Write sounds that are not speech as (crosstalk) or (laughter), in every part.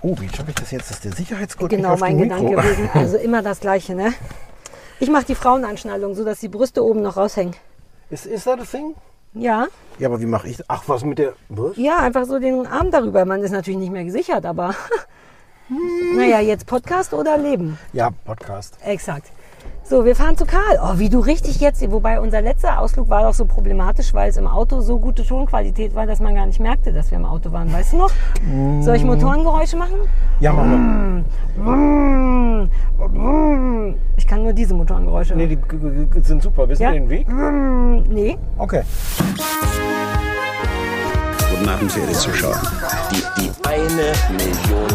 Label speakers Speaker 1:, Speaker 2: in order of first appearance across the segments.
Speaker 1: Oh, wie schaffe ich das jetzt, dass der Sicherheitsgurt
Speaker 2: Genau,
Speaker 1: nicht auf
Speaker 2: mein
Speaker 1: dem Mikro...
Speaker 2: Gedanke
Speaker 1: (laughs)
Speaker 2: wegen. Also immer das Gleiche, ne? Ich mache die Frauenanschnallung, sodass die Brüste oben noch raushängen.
Speaker 1: Ist, ist da das Ding?
Speaker 2: Ja,
Speaker 1: Ja, aber wie mache ich... Ach, was mit der... Was?
Speaker 2: ja, einfach so den Arm darüber. Man ist natürlich nicht mehr gesichert, aber. (laughs) naja, jetzt Podcast oder Leben?
Speaker 1: Ja, Podcast.
Speaker 2: Exakt. So, wir fahren zu Karl. Oh, wie du richtig jetzt, wobei unser letzter Ausflug war doch so problematisch, weil es im Auto so gute Tonqualität war, dass man gar nicht merkte, dass wir im Auto waren. Weißt du noch? Soll ich Motorengeräusche machen?
Speaker 1: Ja, mach mal.
Speaker 2: Brumm, brumm. Ich kann nur diese Motorengeräusche.
Speaker 1: Nee,
Speaker 2: Nee.
Speaker 1: die g- g- g- sind super. Wissen
Speaker 2: Ja. Mhm.
Speaker 1: wir den Weg?
Speaker 2: nee.
Speaker 1: Okay.
Speaker 3: Guten Abend, verehrte Zuschauer. Die, die eine Million.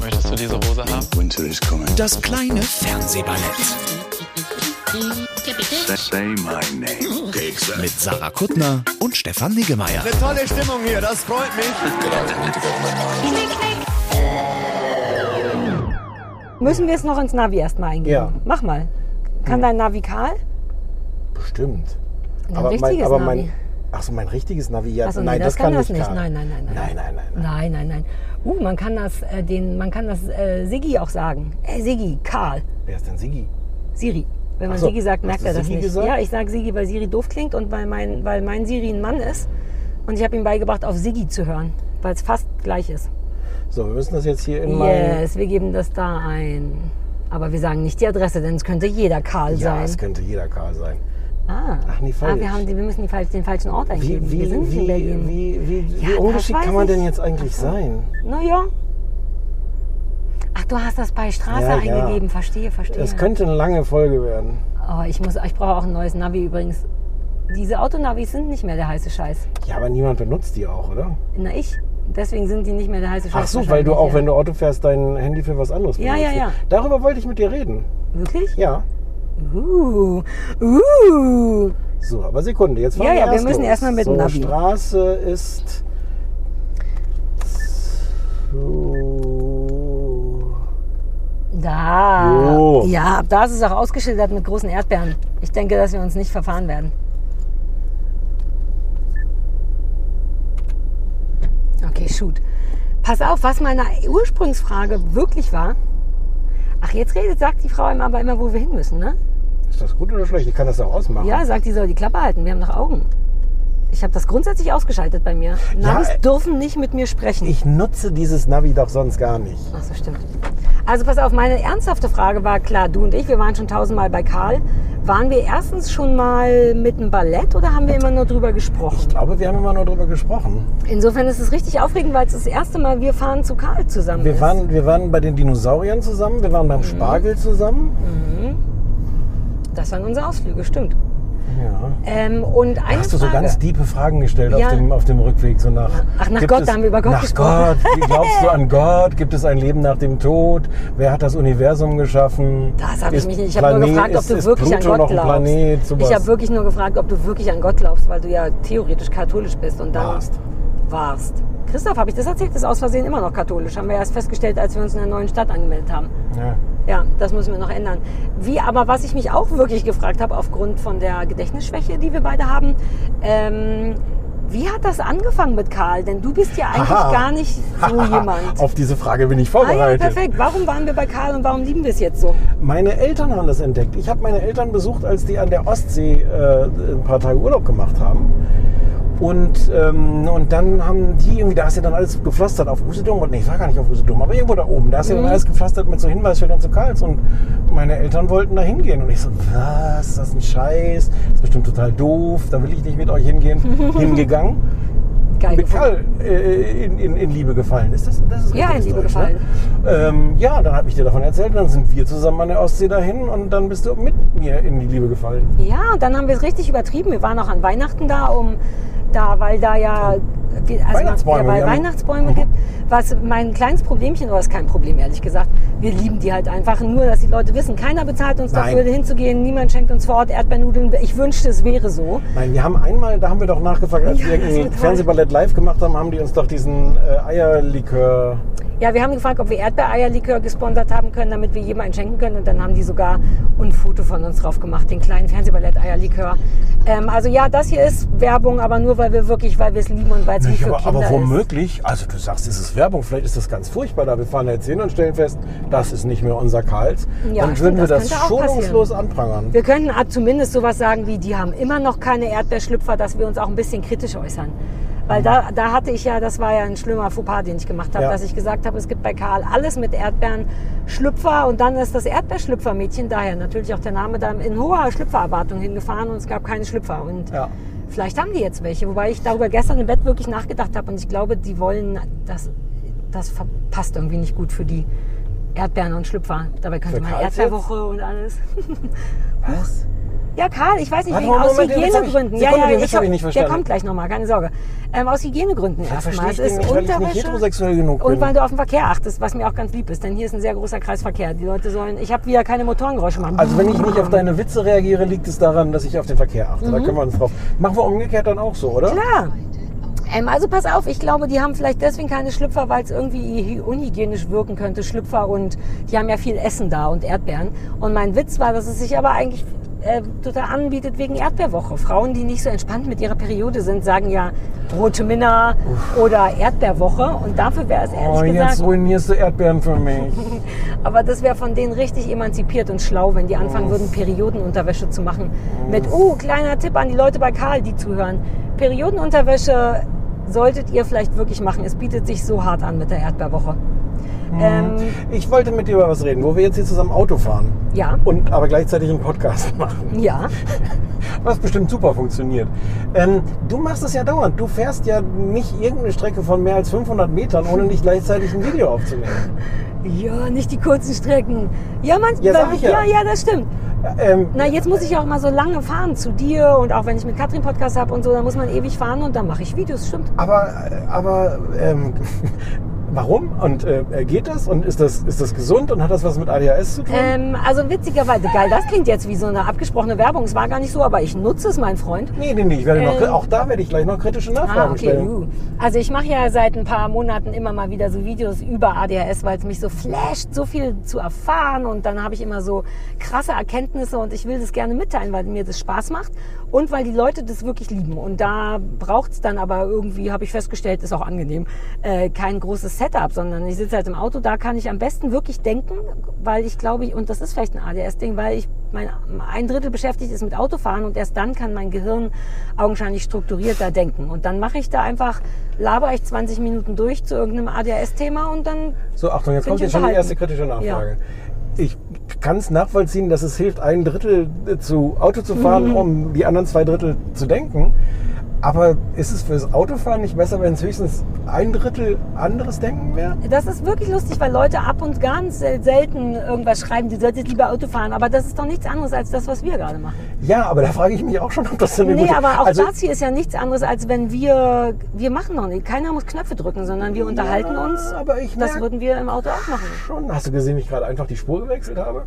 Speaker 4: Möchtest du diese Hose haben?
Speaker 3: Winter is coming.
Speaker 5: Das kleine Fernsehballett
Speaker 3: Say my name.
Speaker 5: mit Sarah Kuttner und Stefan Niggemeier.
Speaker 6: Tolle Stimmung hier, das freut mich.
Speaker 2: Müssen wir es noch ins Navi erstmal eingeben?
Speaker 1: Ja.
Speaker 2: Mach mal. Kann dein Navi Karl?
Speaker 1: Bestimmt.
Speaker 2: Ein richtiges Navi.
Speaker 1: Ach so, mein richtiges Navi. Ja,
Speaker 2: Ach so, nee,
Speaker 1: nein,
Speaker 2: das
Speaker 1: das,
Speaker 2: kann
Speaker 1: kann,
Speaker 2: das
Speaker 1: nicht.
Speaker 2: nicht.
Speaker 1: Karl.
Speaker 2: Nein, nein, nein, nein.
Speaker 1: Nein, nein, nein. nein.
Speaker 2: Nein, nein, nein. Uh, man kann das, äh, den, man kann das äh, Siggi auch sagen. Äh, Siggi, Karl,
Speaker 1: Wer ist denn Sigi?
Speaker 2: Siri. Wenn man
Speaker 1: Ach so,
Speaker 2: Sigi sagt,
Speaker 1: hast
Speaker 2: merkt
Speaker 1: du
Speaker 2: er das
Speaker 1: Siggi
Speaker 2: nicht.
Speaker 1: gesagt?
Speaker 2: Ja, ich sage Sigi, weil Siri doof klingt und weil mein, weil mein Siri ein Mann ist. Und ich habe ihm beigebracht, auf Siggi zu hören, weil es fast gleich ist.
Speaker 1: So, wir müssen das jetzt hier in mein...
Speaker 2: Yes, wir geben das da ein. Aber wir sagen nicht die Adresse, denn es könnte jeder Karl
Speaker 1: Ja, es
Speaker 2: sein.
Speaker 1: könnte jeder Karl sein.
Speaker 2: Ah,
Speaker 1: Ach, nee,
Speaker 2: ah
Speaker 1: falsch.
Speaker 2: wir, haben, die- wir müssen die, falsch- den falschen Ort
Speaker 1: Wie,
Speaker 2: eingeben.
Speaker 1: wie,
Speaker 2: wir sind nicht
Speaker 1: wie,
Speaker 2: in Berlin.
Speaker 1: wie, wie, wie
Speaker 2: das
Speaker 1: ungeschickt
Speaker 2: weiß
Speaker 1: kann man
Speaker 2: ich.
Speaker 1: denn jetzt eigentlich sein?
Speaker 2: Naja. Ach, du hast das bei Straße
Speaker 1: Ja, ja.
Speaker 2: eingegeben. Verstehe, verstehe.
Speaker 1: Es könnte eine lange Folge werden.
Speaker 2: oh, ich, muss, ich brauche auch ein neues Navi übrigens. Diese Autonavis sind nicht mehr der heiße Scheiß.
Speaker 1: Ja, aber niemand benutzt die auch, oder?
Speaker 2: Na, ich. Deswegen sind die nicht mehr der heiße Scheiß.
Speaker 1: Ach so, weil du auch,
Speaker 2: wahrscheinlich,
Speaker 1: wenn du Auto fährst, dein Handy für was anderes
Speaker 2: Ja, ja,
Speaker 1: benutzt. Darüber wollte ich mit dir reden.
Speaker 2: ja. Wirklich?
Speaker 1: Ja.
Speaker 2: Uh, uh.
Speaker 1: So, aber Sekunde, jetzt fahren
Speaker 2: Ja,
Speaker 1: wir
Speaker 2: ja, wir
Speaker 1: erst
Speaker 2: müssen
Speaker 1: los.
Speaker 2: erst mal mit
Speaker 1: so,
Speaker 2: dem Navi.
Speaker 1: Straße ist... So...
Speaker 2: Da.
Speaker 1: Jo.
Speaker 2: Ja, ab da ist es auch ausgeschildert mit großen Erdbeeren. Ich denke, dass wir uns nicht verfahren werden. Okay, shoot. Pass auf, was meine Ursprungsfrage wirklich war. Ach, jetzt redet, sagt die Frau ihm aber immer, wo wir hin müssen, ne?
Speaker 1: Ist das gut oder schlecht? Ich kann das auch ausmachen.
Speaker 2: Ja, sagt, die soll die Klappe halten. Wir haben noch Augen. Ich habe das grundsätzlich ausgeschaltet bei mir. Navis
Speaker 1: äh,
Speaker 2: dürfen nicht mit mir sprechen.
Speaker 1: Ich nutze dieses Navi doch sonst gar nicht.
Speaker 2: Ach so, stimmt. Also pass auf, meine ernsthafte Frage war klar, du und ich, wir waren schon tausendmal bei Karl. Waren wir erstens schon mal mit dem Ballett oder haben wir immer nur drüber
Speaker 1: Ich
Speaker 2: gesprochen?
Speaker 1: glaube, wir haben immer nur drüber gesprochen.
Speaker 2: Insofern ist es richtig aufregend, weil es das erste Mal wir fahren zu Karl zusammen
Speaker 1: Wir
Speaker 2: ist.
Speaker 1: waren, wir waren bei den Dinosauriern zusammen, wir waren beim
Speaker 2: Mhm.
Speaker 1: Spargel zusammen.
Speaker 2: Das waren unsere Ausflüge, stimmt.
Speaker 1: Ja.
Speaker 2: Ähm, und eine
Speaker 1: Hast du so
Speaker 2: Frage.
Speaker 1: ganz tiefe Fragen gestellt
Speaker 2: Ja.
Speaker 1: auf, dem, auf dem Rückweg so nach.
Speaker 2: Ach, nach
Speaker 1: gibt
Speaker 2: Gott,
Speaker 1: es,
Speaker 2: da haben wir über Gott
Speaker 1: nach
Speaker 2: gesprochen. (laughs)
Speaker 1: Gott, glaubst du an Gott? Gibt es ein Leben nach dem Tod? Wer hat das Universum geschaffen?
Speaker 2: das habe ich
Speaker 1: Ist
Speaker 2: mich nicht. Ich habe nur
Speaker 1: Planet-
Speaker 2: gefragt, ob
Speaker 1: ist-
Speaker 2: du
Speaker 1: ist
Speaker 2: wirklich
Speaker 1: Pluto
Speaker 2: an Gott
Speaker 1: noch ein
Speaker 2: glaubst.
Speaker 1: Planet, sowas.
Speaker 2: ich habe wirklich nur gefragt, ob du wirklich an Gott glaubst, weil du ja theoretisch katholisch bist und dann
Speaker 1: Warst.
Speaker 2: warst. Christoph, habe ich das erzählt? Ist aus Versehen immer noch katholisch. Haben wir erst festgestellt, als wir uns in der neuen Stadt angemeldet haben.
Speaker 1: Ja.
Speaker 2: Ja, das müssen wir noch ändern. Wie aber, was ich mich auch wirklich gefragt habe, aufgrund von der Gedächtnisschwäche, die wir beide haben, ähm, wie hat das angefangen mit Karl? Denn du bist ja eigentlich
Speaker 1: Haha.
Speaker 2: gar nicht so jemand.
Speaker 1: auf diese Frage bin
Speaker 2: Ah
Speaker 1: ich
Speaker 2: ja,
Speaker 1: vorbereitet.
Speaker 2: perfekt. Warum waren wir bei Karl und warum lieben wir es jetzt so?
Speaker 1: Meine Eltern haben das entdeckt. Ich habe meine Eltern besucht, als die an der Ostsee äh, ein paar Tage Urlaub gemacht haben. Und, ähm, und dann haben die irgendwie, da ist ja dann alles gepflastert auf Usedom. Und nee, ich war gar nicht auf Usedom, aber irgendwo da oben. Da ist ja dann alles gepflastert mit so Hinweisschildern zu Karls. Und meine Eltern wollten da hingehen. Und ich so, was, ist das ein Scheiß? Das ist bestimmt total doof. Da will ich nicht mit euch hingehen. Hingegangen
Speaker 2: Geil.
Speaker 1: mit
Speaker 2: gefunden.
Speaker 1: Karl äh, in, in, in Liebe gefallen. Ist das, das ist
Speaker 2: Ja,
Speaker 1: richtiges
Speaker 2: in Liebe
Speaker 1: Deutsch,
Speaker 2: gefallen.
Speaker 1: Ne? Ähm, ja, dann habe ich dir davon erzählt, dann sind wir zusammen an der Ostsee dahin und dann bist du mit mir in die Liebe gefallen.
Speaker 2: Ja, und dann haben wir es richtig übertrieben. Wir waren auch an Weihnachten da, um da, weil da ja wie- also
Speaker 1: Weihnachtsbäume,
Speaker 2: ja, weil
Speaker 1: wir haben- Mhm.
Speaker 2: Weihnachtsbäume gibt. Was mein kleines Problemchen, oder ist kein Problem, ehrlich gesagt. Wir lieben die halt einfach. Nur, dass die Leute wissen, keiner bezahlt uns
Speaker 1: Nein.
Speaker 2: dafür, hinzugehen. Niemand schenkt uns vor Ort Erdbeernudeln. Ich wünschte, es wäre so.
Speaker 1: Nein, wir haben einmal, da haben wir doch nachgefragt, als
Speaker 2: Ja,
Speaker 1: wir
Speaker 2: das war
Speaker 1: irgendwie
Speaker 2: toll.
Speaker 1: Fernsehballett live gemacht haben, haben die uns doch diesen äh, Eierlikör.
Speaker 2: Ja, wir haben gefragt, ob wir Erdbeereierlikör gesponsert haben können, damit wir jedem einen schenken können. Und dann haben die sogar ein Foto von uns drauf gemacht, den kleinen Fernsehballett-Eierlikör. Ähm, also ja, das hier ist Werbung, aber nur, weil wir wirklich, weil wir es lieben und weil es nicht für
Speaker 1: aber,
Speaker 2: Kinder
Speaker 1: aber
Speaker 2: ist.
Speaker 1: womöglich, also du sagst, es ist Werbung, vielleicht ist das ganz furchtbar da. Wir fahren da jetzt hin und stellen fest, das ist nicht mehr unser Karls.
Speaker 2: Ja,
Speaker 1: Dann
Speaker 2: stimmt,
Speaker 1: würden wir
Speaker 2: das
Speaker 1: das,
Speaker 2: könnte auch
Speaker 1: schonungslos anprangern.
Speaker 2: Wir könnten ab- zumindest sowas sagen wie, die haben immer noch keine Erdbeerschlüpfer, dass wir uns auch ein bisschen kritisch äußern. Weil da, da hatte ich ja, das war ja ein schlimmer Fauxpas, den ich gemacht habe,
Speaker 1: Ja.
Speaker 2: dass ich gesagt habe, es gibt bei Karl alles mit Erdbeeren Schlüpfer und dann ist das Erdbeerschlüpfermädchen daher natürlich auch der Name da in hoher Schlüpfererwartung hingefahren und es gab keine Schlüpfer und
Speaker 1: Ja.
Speaker 2: vielleicht haben die jetzt welche, wobei ich darüber gestern im Bett wirklich nachgedacht habe und ich glaube, die wollen, das, das ver- passt irgendwie nicht gut für die Erdbeeren und Schlüpfer. Dabei könnte
Speaker 1: Für
Speaker 2: man
Speaker 1: Karls jetzt?
Speaker 2: Erdbeerwoche und alles. Ja, Karl, ich weiß nicht,
Speaker 1: Warte
Speaker 2: wegen,
Speaker 1: mal,
Speaker 2: aus
Speaker 1: Moment, den Witz hab ich-
Speaker 2: Hygienegründen. ja,
Speaker 1: Sekunde,
Speaker 2: ja,
Speaker 1: den Witz hab ich
Speaker 2: hab-
Speaker 1: nicht
Speaker 2: der
Speaker 1: verstanden.
Speaker 2: kommt gleich nochmal, keine Sorge. Ähm, aus Hygienegründen erstmal.
Speaker 1: verstehe
Speaker 2: Es
Speaker 1: ich den
Speaker 2: ist
Speaker 1: nicht, weil ich nicht
Speaker 2: Unterwäsche
Speaker 1: heterosexuell genug
Speaker 2: und
Speaker 1: bin.
Speaker 2: weil du auf den Verkehr achtest, was mir auch ganz lieb ist, denn hier ist ein sehr großer Kreisverkehr. Die Leute sollen, ich habe wieder keine Motorengeräusche machen.
Speaker 1: Also wenn ich nicht auf deine Witze reagiere, liegt es daran, dass ich auf den Verkehr achte. Da können wir uns drauf. Machen wir umgekehrt dann auch so, oder?
Speaker 2: Mhm. Klar. Ähm, also pass auf, ich glaube, die haben vielleicht deswegen keine Schlüpfer, weil es irgendwie hy- unhygienisch wirken könnte, Schlüpfer und die haben ja viel Essen da und Erdbeeren. Und mein Witz war, dass es sich aber eigentlich äh, total anbietet wegen Erdbeerwoche. Frauen, die nicht so entspannt mit ihrer Periode sind, sagen ja rote Minna oder Erdbeerwoche und dafür wäre es ehrlich
Speaker 1: Oh,
Speaker 2: gesagt,
Speaker 1: jetzt ruinierst du Erdbeeren
Speaker 2: (laughs)
Speaker 1: für mich.
Speaker 2: aber das wäre von denen richtig emanzipiert und schlau, wenn die anfangen würden, Periodenunterwäsche zu machen. Mit, oh, kleiner Tipp an die Leute bei Karl, die zuhören. Periodenunterwäsche solltet ihr vielleicht wirklich machen. Es bietet sich so hart an mit der Erdbeerwoche.
Speaker 1: Mhm.
Speaker 2: Ähm,
Speaker 1: Ich wollte mit dir über was reden, wo wir jetzt hier zusammen Auto fahren
Speaker 2: ja,
Speaker 1: und aber gleichzeitig einen Podcast (laughs) machen.
Speaker 2: ja.
Speaker 1: Was bestimmt super funktioniert. Ähm, du machst das ja dauernd. Du fährst ja nicht irgendeine Strecke von mehr als 500 Metern, ohne nicht gleichzeitig ein Video aufzunehmen.
Speaker 2: Ja, nicht die kurzen Strecken. Ja, man,
Speaker 1: Ja, sag ich ja.
Speaker 2: ja, das stimmt.
Speaker 1: Ähm,
Speaker 2: Na, jetzt muss ich auch mal so lange fahren zu dir und auch wenn ich mit Katrin Podcast habe und so, dann muss man ewig fahren und dann mache ich Videos, stimmt.
Speaker 1: aber aber ähm, (laughs) warum? Und äh, geht das? Und ist das, ist das gesund? Und hat das was mit ADHS zu tun?
Speaker 2: Ähm, also witzigerweise, geil, das klingt jetzt wie so eine abgesprochene Werbung. Es war gar nicht so, aber ich nutze es, mein Freund.
Speaker 1: nee, nee, nee. Ich werde noch,
Speaker 2: ähm,
Speaker 1: auch da werde ich gleich noch kritische Nachfragen
Speaker 2: Ah, okay.
Speaker 1: stellen.
Speaker 2: uh. Also ich mache ja seit ein paar Monaten immer mal wieder so Videos über ADHS, weil es mich so flasht, so viel zu erfahren und dann habe ich immer so krasse Erkenntnisse und ich will das gerne mitteilen, weil mir das Spaß macht und weil die Leute das wirklich lieben. Und da braucht es dann aber irgendwie, habe ich festgestellt, ist auch angenehm, äh, kein großes Setup, sondern ich sitze halt im Auto, da kann ich am besten wirklich denken, weil ich glaube, ich- und das ist vielleicht ein ADS-Ding, weil ich mein, ein Drittel beschäftigt ist mit Autofahren und erst dann kann mein Gehirn augenscheinlich strukturierter denken. Und dann mache ich da einfach, laber ich 20 Minuten durch zu irgendeinem ADS-Thema und dann,
Speaker 1: So, Achtung, jetzt
Speaker 2: Bin
Speaker 1: kommt
Speaker 2: ich
Speaker 1: jetzt schon die
Speaker 2: unterhalten.
Speaker 1: erste kritische Nachfrage. Ich kann es nachvollziehen, dass es hilft, ein Drittel äh, zu Auto zu fahren,
Speaker 2: Mhm.
Speaker 1: um die anderen zwei Drittel zu denken. Aber ist es fürs Autofahren nicht besser, wenn es höchstens ein Drittel anderes Denken wäre?
Speaker 2: das ist wirklich lustig, weil Leute ab und ganz sel- selten irgendwas schreiben, die solltet lieber Auto fahren, aber das ist doch nichts anderes als das, was wir gerade machen.
Speaker 1: Ja, aber da frage ich mich auch schon, ob das denn eine
Speaker 2: Nee,
Speaker 1: gute-
Speaker 2: aber auch
Speaker 1: also,
Speaker 2: das hier ist ja nichts anderes, als wenn wir, wir machen noch nicht, keiner muss Knöpfe drücken, sondern wir unterhalten uns.
Speaker 1: aber ich
Speaker 2: das
Speaker 1: merk-
Speaker 2: würden wir im Auto auch machen.
Speaker 1: Schon, hast du gesehen, wie ich gerade einfach die Spur gewechselt habe?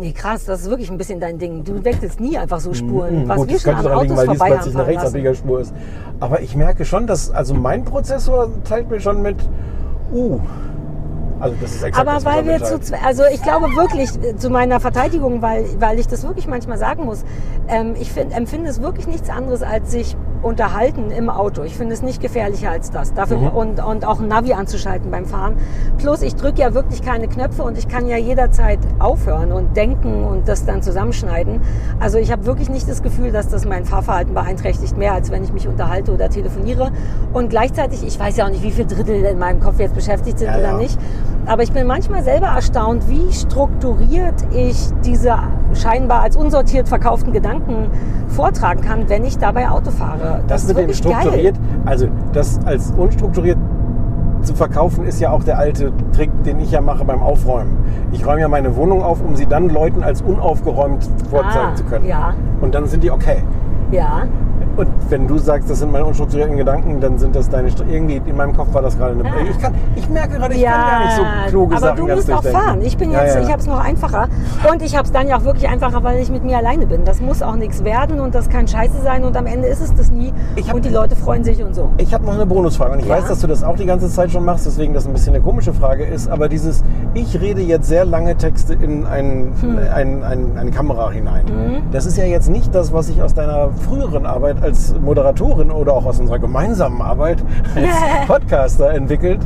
Speaker 2: Nee, krass, das ist wirklich ein bisschen dein Ding. Du wechselst nie einfach so Spuren,
Speaker 1: Hm,
Speaker 2: was
Speaker 1: Gut,
Speaker 2: wir
Speaker 1: das
Speaker 2: schon
Speaker 1: könnte
Speaker 2: an
Speaker 1: daran liegen,
Speaker 2: Autos
Speaker 1: weil dies
Speaker 2: vorbei haben
Speaker 1: plötzlich eine
Speaker 2: fahren lassen.
Speaker 1: Rechtsabbiegerspur ist. Aber ich merke schon, dass, also mein Prozessor teilt mir schon mit, uh, also das ist exakt
Speaker 2: Aber
Speaker 1: das, was er
Speaker 2: weil wir
Speaker 1: mitteilt.
Speaker 2: zu zwei, also ich glaube wirklich äh, zu meiner Verteidigung, weil, weil ich das wirklich manchmal sagen muss, ähm, ich find, empfinde es wirklich nichts anderes als sich unterhalten im Auto. Ich finde es nicht gefährlicher als das. Dafür
Speaker 1: Mhm.
Speaker 2: und, und auch ein Navi anzuschalten beim Fahren. Plus ich drücke ja wirklich keine Knöpfe und ich kann ja jederzeit aufhören und denken und das dann zusammenschneiden. Also ich habe wirklich nicht das Gefühl, dass das mein Fahrverhalten beeinträchtigt, mehr als wenn ich mich unterhalte oder telefoniere. Und gleichzeitig, ich weiß ja auch nicht, wie viel Drittel in meinem Kopf jetzt beschäftigt sind
Speaker 1: Ja,
Speaker 2: oder
Speaker 1: ja.
Speaker 2: nicht. Aber ich bin manchmal selber erstaunt, wie strukturiert ich diese scheinbar als unsortiert verkauften Gedanken vortragen kann, wenn ich dabei Auto fahre.
Speaker 1: das, mit dem
Speaker 2: wirklich geil.
Speaker 1: strukturiert, also das als unstrukturiert zu verkaufen, ist ja auch der alte Trick, den ich ja mache beim Aufräumen. Ich räume ja meine Wohnung auf, um sie dann Leuten als unaufgeräumt vorzeigen
Speaker 2: Ah,
Speaker 1: zu können.
Speaker 2: ja.
Speaker 1: Und dann sind die okay.
Speaker 2: Ja.
Speaker 1: Und wenn du sagst, das sind meine unstrukturierten Gedanken, dann sind das deine. Str- Irgendwie in meinem Kopf war das gerade eine. Ich, kann, ich merke gerade, ich kann gar nicht so kluge
Speaker 2: Ah. aber
Speaker 1: Sachen
Speaker 2: du
Speaker 1: ganz
Speaker 2: musst auch
Speaker 1: durchdenken.
Speaker 2: fahren. Ich bin
Speaker 1: Ja,
Speaker 2: jetzt,
Speaker 1: ja.
Speaker 2: ich habe es noch einfacher und ich habe es dann ja auch wirklich einfacher, weil ich mit mir alleine bin. Das muss auch nichts werden und das kann Scheiße sein und am Ende ist es das nie.
Speaker 1: Ich hab-
Speaker 2: und die Leute freuen sich und so.
Speaker 1: Ich habe noch eine Bonusfrage und ich
Speaker 2: Ja.
Speaker 1: weiß, dass du das auch die ganze Zeit schon machst, deswegen das ein bisschen eine komische Frage ist, aber dieses, ich rede jetzt sehr lange Texte in ein, ein, ein, eine Kamera hinein. Das ist ja jetzt nicht das, was ich aus deiner früheren Arbeit als Moderatorin oder auch aus unserer gemeinsamen Arbeit als Podcaster entwickelt.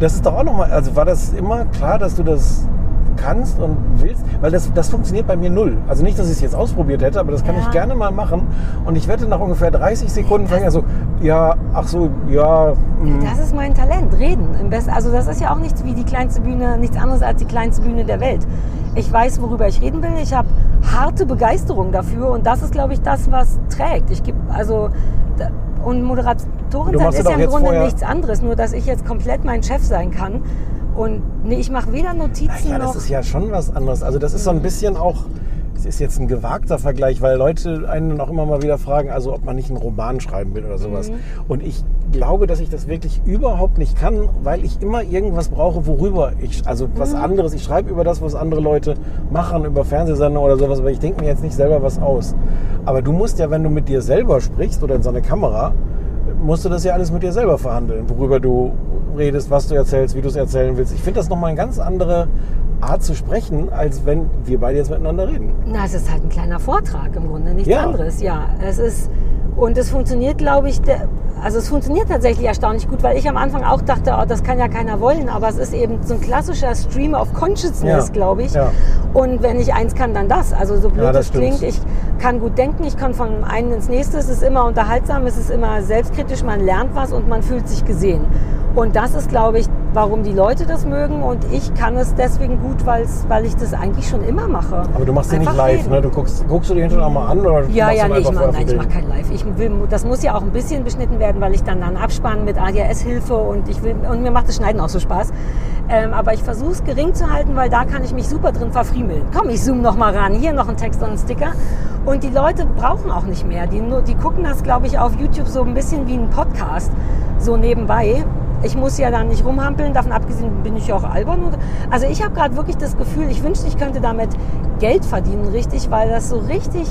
Speaker 1: Das ist doch auch nochmal, also war das immer klar, dass du das kannst und willst, weil das, das funktioniert bei mir null. Also nicht, dass ich es jetzt ausprobiert hätte, aber das kann ich gerne mal machen. Und ich wette, nach ungefähr 30 Sekunden fange ich an so, ja, ach so, ja, mm,
Speaker 2: Das ist mein Talent, reden. Im Best also das ist ja auch nichts wie die kleinste Bühne, nichts anderes als die kleinste Bühne der Welt. Ich weiß, worüber ich reden will. Ich habe harte Begeisterung dafür und das ist, glaube ich, das, was trägt. Ich gebe also da- und Moderatorin
Speaker 1: Du
Speaker 2: sein
Speaker 1: machst
Speaker 2: ist ja
Speaker 1: ja doch
Speaker 2: im
Speaker 1: jetzt
Speaker 2: Grunde
Speaker 1: vorher-
Speaker 2: nichts anderes, nur dass ich jetzt komplett mein Chef sein kann. Und nee, ich mache weder Notizen
Speaker 1: ja,
Speaker 2: noch.
Speaker 1: das ist ja schon was anderes. Also das ist so ein bisschen auch, es ist jetzt ein gewagter Vergleich, weil Leute einen dann auch immer mal wieder fragen, also ob man nicht einen Roman schreiben will oder sowas. Und ich glaube, dass ich das wirklich überhaupt nicht kann, weil ich immer irgendwas brauche, worüber ich, also was anderes. Ich schreibe über das, was andere Leute machen, über Fernsehsender oder sowas, aber ich denke mir jetzt nicht selber was aus. Aber du musst ja, wenn du mit dir selber sprichst oder in so eine Kamera, musst du das ja alles mit dir selber verhandeln, worüber du redest, was du erzählst, wie du es erzählen willst. Ich finde das nochmal eine ganz andere Art zu sprechen, als wenn wir beide jetzt miteinander reden.
Speaker 2: Na, es ist halt ein kleiner Vortrag im Grunde, nichts
Speaker 1: Ja.
Speaker 2: anderes. Ja, es ist und es funktioniert, glaube ich, der, also es funktioniert tatsächlich erstaunlich gut, weil ich am Anfang auch dachte, oh, das kann ja keiner wollen, aber es ist eben so ein klassischer Stream of Consciousness,
Speaker 1: Ja,
Speaker 2: glaube ich.
Speaker 1: ja.
Speaker 2: Und wenn ich eins kann, dann das. Also so blöd
Speaker 1: Ja, das
Speaker 2: es klingt,
Speaker 1: stimmt.
Speaker 2: ich kann gut denken, ich kann von einem ins nächste, es ist immer unterhaltsam, es ist immer selbstkritisch, man lernt was und man fühlt sich gesehen. Und das ist, glaube ich, warum die Leute das mögen und ich kann es deswegen gut, weil's, weil ich das eigentlich schon immer mache.
Speaker 1: Aber du machst sie nicht
Speaker 2: Einfach
Speaker 1: live,
Speaker 2: reden.
Speaker 1: ne? Du guckst, guckst du die hinterher mal an oder
Speaker 2: Ja,
Speaker 1: machst
Speaker 2: ja,
Speaker 1: du
Speaker 2: nee, ich
Speaker 1: einfach
Speaker 2: mache nein,
Speaker 1: vorher auf
Speaker 2: ich
Speaker 1: dem
Speaker 2: mach kein Live. Ich will, das muss ja auch ein bisschen beschnitten werden, weil ich dann dann abspann mit ADHS-Hilfe und ich will und mir macht das Schneiden auch so Spaß. Ähm, aber ich versuche es gering zu halten, weil da kann ich mich super drin verfriemeln. Komm, ich zoome noch mal ran. Hier noch ein Text und ein Sticker. Und die Leute brauchen auch nicht mehr. Die, nur- die gucken das, glaube ich, auf YouTube so ein bisschen wie ein Podcast, so nebenbei. Ich muss ja dann nicht rumhampeln, davon abgesehen bin ich ja auch albern. Und, also ich habe gerade wirklich das Gefühl, ich wünschte, ich könnte damit Geld verdienen, richtig, weil das so richtig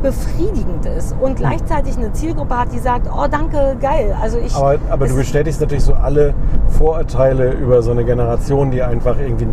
Speaker 2: befriedigend ist und gleichzeitig eine Zielgruppe hat, die sagt, oh danke, geil. Also ich
Speaker 1: Aber, aber du
Speaker 2: es-
Speaker 1: bestätigst natürlich so alle Vorurteile über so eine Generation, die einfach irgendwie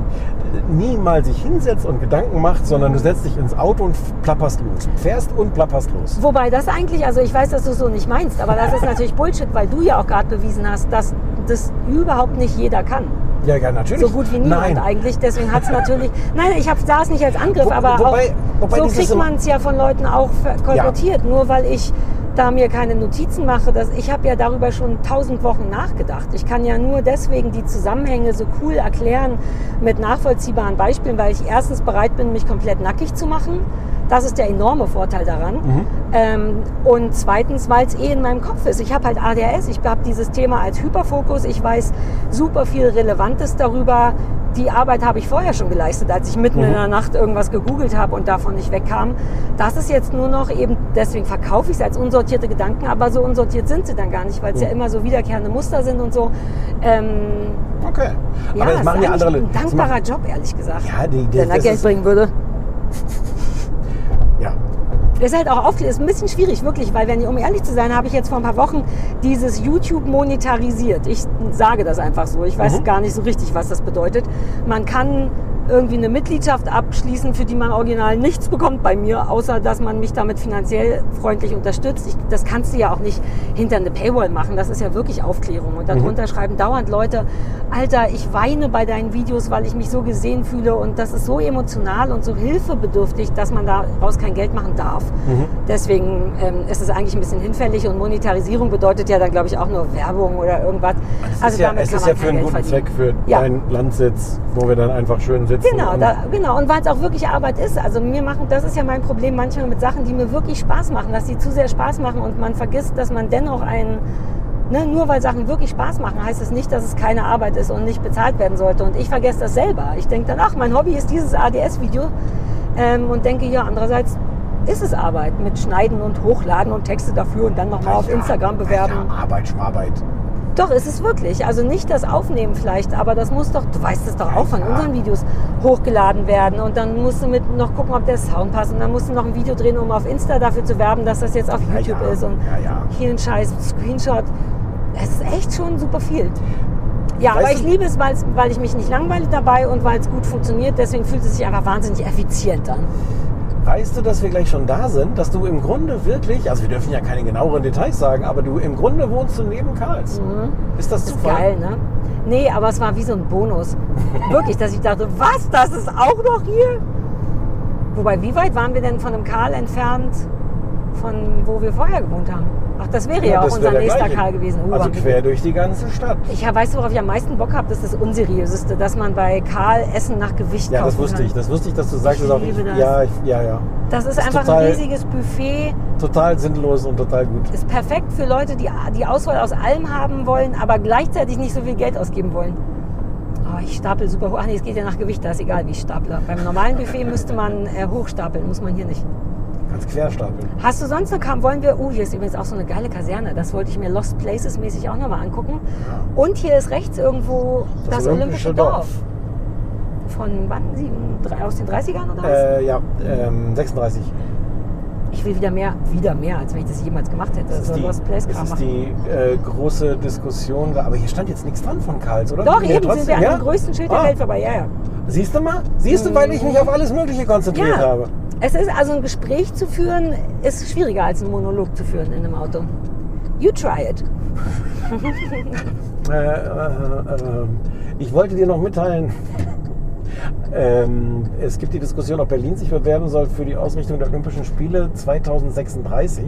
Speaker 1: nie mal sich hinsetzt und Gedanken macht, sondern du setzt dich ins Auto und plapperst los. Fährst und plapperst los.
Speaker 2: Wobei das eigentlich, also ich weiß, dass du es so nicht meinst, aber das ist natürlich Bullshit, weil du ja auch gerade bewiesen hast, dass das überhaupt nicht jeder kann.
Speaker 1: Ja, ja, natürlich.
Speaker 2: So gut wie niemand
Speaker 1: Nein,
Speaker 2: eigentlich. Deswegen hat es
Speaker 1: (laughs)
Speaker 2: natürlich. Nein, ich habe sah es nicht als Angriff,
Speaker 1: Wo-
Speaker 2: aber
Speaker 1: wobei-
Speaker 2: auch,
Speaker 1: wobei
Speaker 2: so
Speaker 1: dieses
Speaker 2: kriegt
Speaker 1: im-
Speaker 2: man es ja von Leuten auch ver- kolportiert. Nur weil ich da mir keine Notizen mache, dass ich habe ja darüber schon tausend Wochen nachgedacht. Ich kann ja nur deswegen die Zusammenhänge so cool erklären mit nachvollziehbaren Beispielen, weil ich erstens bereit bin, mich komplett nackig zu machen. Das ist der enorme Vorteil daran.
Speaker 1: Mhm.
Speaker 2: Ähm, und zweitens, weil es eh in meinem Kopf ist. Ich habe halt ADHS, ich habe dieses Thema als Hyperfokus. Ich weiß super viel Relevantes darüber. Die Arbeit habe ich vorher schon geleistet, als ich mitten
Speaker 1: Mhm.
Speaker 2: in der Nacht irgendwas gegoogelt habe und davon nicht wegkam. Das ist jetzt nur noch eben, deswegen verkaufe ich es als unsortierte Gedanken, aber so unsortiert sind sie dann gar nicht, weil es
Speaker 1: Mhm.
Speaker 2: ja immer so wiederkehrende Muster sind und so. Ähm,
Speaker 1: okay.
Speaker 2: ja,
Speaker 1: aber
Speaker 2: es
Speaker 1: das machen
Speaker 2: ist
Speaker 1: ja andere
Speaker 2: eigentlich Ein
Speaker 1: Leute. Das machen-
Speaker 2: dankbarer Job, ehrlich gesagt.
Speaker 1: Ja, die- die-
Speaker 2: wenn er
Speaker 1: das
Speaker 2: Geld
Speaker 1: ist-
Speaker 2: bringen würde.
Speaker 1: Ja,
Speaker 2: Ist halt auch aufgelegt. Ist ein bisschen schwierig, wirklich, weil, wenn, um ehrlich zu sein, habe ich jetzt vor ein paar Wochen dieses YouTube monetarisiert. Ich sage das einfach so. Ich weiß gar nicht so richtig, was das bedeutet. Man kann irgendwie eine Mitgliedschaft abschließen, für die man original nichts bekommt bei mir, außer dass man mich damit finanziell freundlich unterstützt. Ich, das kannst du ja auch nicht hinter eine Paywall machen. Das ist ja wirklich Aufklärung. Und
Speaker 1: Mhm.
Speaker 2: darunter schreiben dauernd Leute, Alter, ich weine bei deinen Videos, weil ich mich so gesehen fühle. Und das ist so emotional und so hilfebedürftig, dass man daraus kein Geld machen darf.
Speaker 1: Mhm.
Speaker 2: Deswegen ähm, ist es eigentlich ein bisschen hinfällig. Und Monetarisierung bedeutet ja dann, glaube ich, auch nur Werbung oder irgendwas.
Speaker 1: Es
Speaker 2: Also
Speaker 1: ist ja, es ist ja für einen guten Zweck, für
Speaker 2: Ja.
Speaker 1: deinen Landsitz, wo wir dann einfach schön sitzen.
Speaker 2: Genau,
Speaker 1: und-
Speaker 2: da, genau. Und weil es auch wirklich Arbeit ist. Also mir machen, das ist ja mein Problem manchmal mit Sachen, die mir wirklich Spaß machen, dass die zu sehr Spaß machen und man vergisst, dass man dennoch einen, ne, nur weil Sachen wirklich Spaß machen, heißt es nicht, dass es keine Arbeit ist und nicht bezahlt werden sollte. Und ich vergesse das selber. Ich denke dann, ach, mein Hobby ist dieses ADS-Video ähm, und denke, ja, andererseits ist es Arbeit mit Schneiden und Hochladen und Texte dafür und dann nochmal auf Instagram bewerben.
Speaker 1: Ja, Arbeit, Schmarbeit.
Speaker 2: Doch, ist es wirklich. Also nicht das Aufnehmen vielleicht, aber das muss doch, du weißt es doch auch von unseren Videos, hochgeladen werden. Und dann musst du mit noch gucken, ob der Sound passt. Und dann musst du noch ein Video drehen, um auf Insta dafür zu werben, dass das jetzt auf YouTube
Speaker 1: ja.
Speaker 2: ist. Und
Speaker 1: Ja, ja.
Speaker 2: hier ein scheiß Screenshot. Es ist echt schon super viel. Ja,
Speaker 1: Weißt
Speaker 2: aber ich
Speaker 1: du-
Speaker 2: liebe es, weil's- weil ich mich nicht langweile dabei und weil es gut funktioniert. Deswegen fühlt es sich einfach wahnsinnig effizient an.
Speaker 1: Weißt du, dass wir gleich schon da sind, dass du im Grunde wirklich, also wir dürfen ja keine genaueren Details sagen, aber du im Grunde wohnst du neben Karls. Ist das
Speaker 2: Mhm. Ist
Speaker 1: Zufall?
Speaker 2: geil, ne? Nee, aber es war wie so ein Bonus. Wirklich, dass ich dachte, was, das ist auch noch hier? Wobei, wie weit waren wir denn von dem Karl entfernt, von wo wir vorher gewohnt haben? Ach, das wäre ja, auch
Speaker 1: das
Speaker 2: unser
Speaker 1: wär der
Speaker 2: nächster
Speaker 1: gleiche.
Speaker 2: Karl gewesen. Uh,
Speaker 1: also
Speaker 2: Mann.
Speaker 1: quer durch die ganze Stadt.
Speaker 2: ich weiß, worauf ich am meisten Bock habe, das ist das Unseriöseste, dass man bei Karl Essen nach Gewicht
Speaker 1: Ja, das
Speaker 2: kaufen
Speaker 1: wusste
Speaker 2: kann.
Speaker 1: ich. Das wusste ich, dass du sagst,
Speaker 2: Ich
Speaker 1: dass auch
Speaker 2: liebe das.
Speaker 1: Ja, ich, ja, ja.
Speaker 2: Das ist
Speaker 1: Ist
Speaker 2: einfach ein
Speaker 1: total-
Speaker 2: riesiges Buffet.
Speaker 1: Total sinnlos und total gut.
Speaker 2: Ist perfekt für Leute, die die Auswahl aus allem haben wollen, aber gleichzeitig nicht so viel Geld ausgeben wollen. Oh, ich stapel super hoch. Ach nee, es geht ja nach Gewicht, da ist egal, wie ich staple. Beim normalen Buffet müsste man äh, hochstapeln, muss man hier nicht.
Speaker 1: Ganz quer stapeln.
Speaker 2: Hast du sonst noch kam? Wollen wir. Oh, hier ist übrigens auch so eine geile Kaserne. Das wollte ich mir Lost Places mäßig auch nochmal angucken. Und hier ist rechts irgendwo das, Olympische Dorf. Von wann? Sieben, drei, aus den 30ern oder was?
Speaker 1: Äh, ja, ähm, 36.
Speaker 2: ich will wieder mehr, wieder mehr, als wenn ich das jemals gemacht hätte.
Speaker 1: Das
Speaker 2: so
Speaker 1: ist die,
Speaker 2: Lost Place Kram
Speaker 1: das ist
Speaker 2: machen.
Speaker 1: die äh, große Diskussion. Aber hier stand jetzt nichts dran von Karls, oder?
Speaker 2: Doch,
Speaker 1: Ja,
Speaker 2: eben sind
Speaker 1: trotzdem,
Speaker 2: wir an
Speaker 1: ja?
Speaker 2: dem größten Schild der
Speaker 1: Ah.
Speaker 2: Welt vorbei. Ja, ja.
Speaker 1: Siehst du mal? Siehst du, weil ich mich auf alles Mögliche konzentriert
Speaker 2: Ja.
Speaker 1: habe.
Speaker 2: Es ist also ein Gespräch zu führen, ist schwieriger als einen Monolog zu führen in einem Auto. You try it.
Speaker 1: Äh, äh, äh, ich wollte dir noch mitteilen, (laughs) ähm, es gibt die Diskussion, ob Berlin sich bewerben soll für die Ausrichtung der Olympischen Spiele 2036.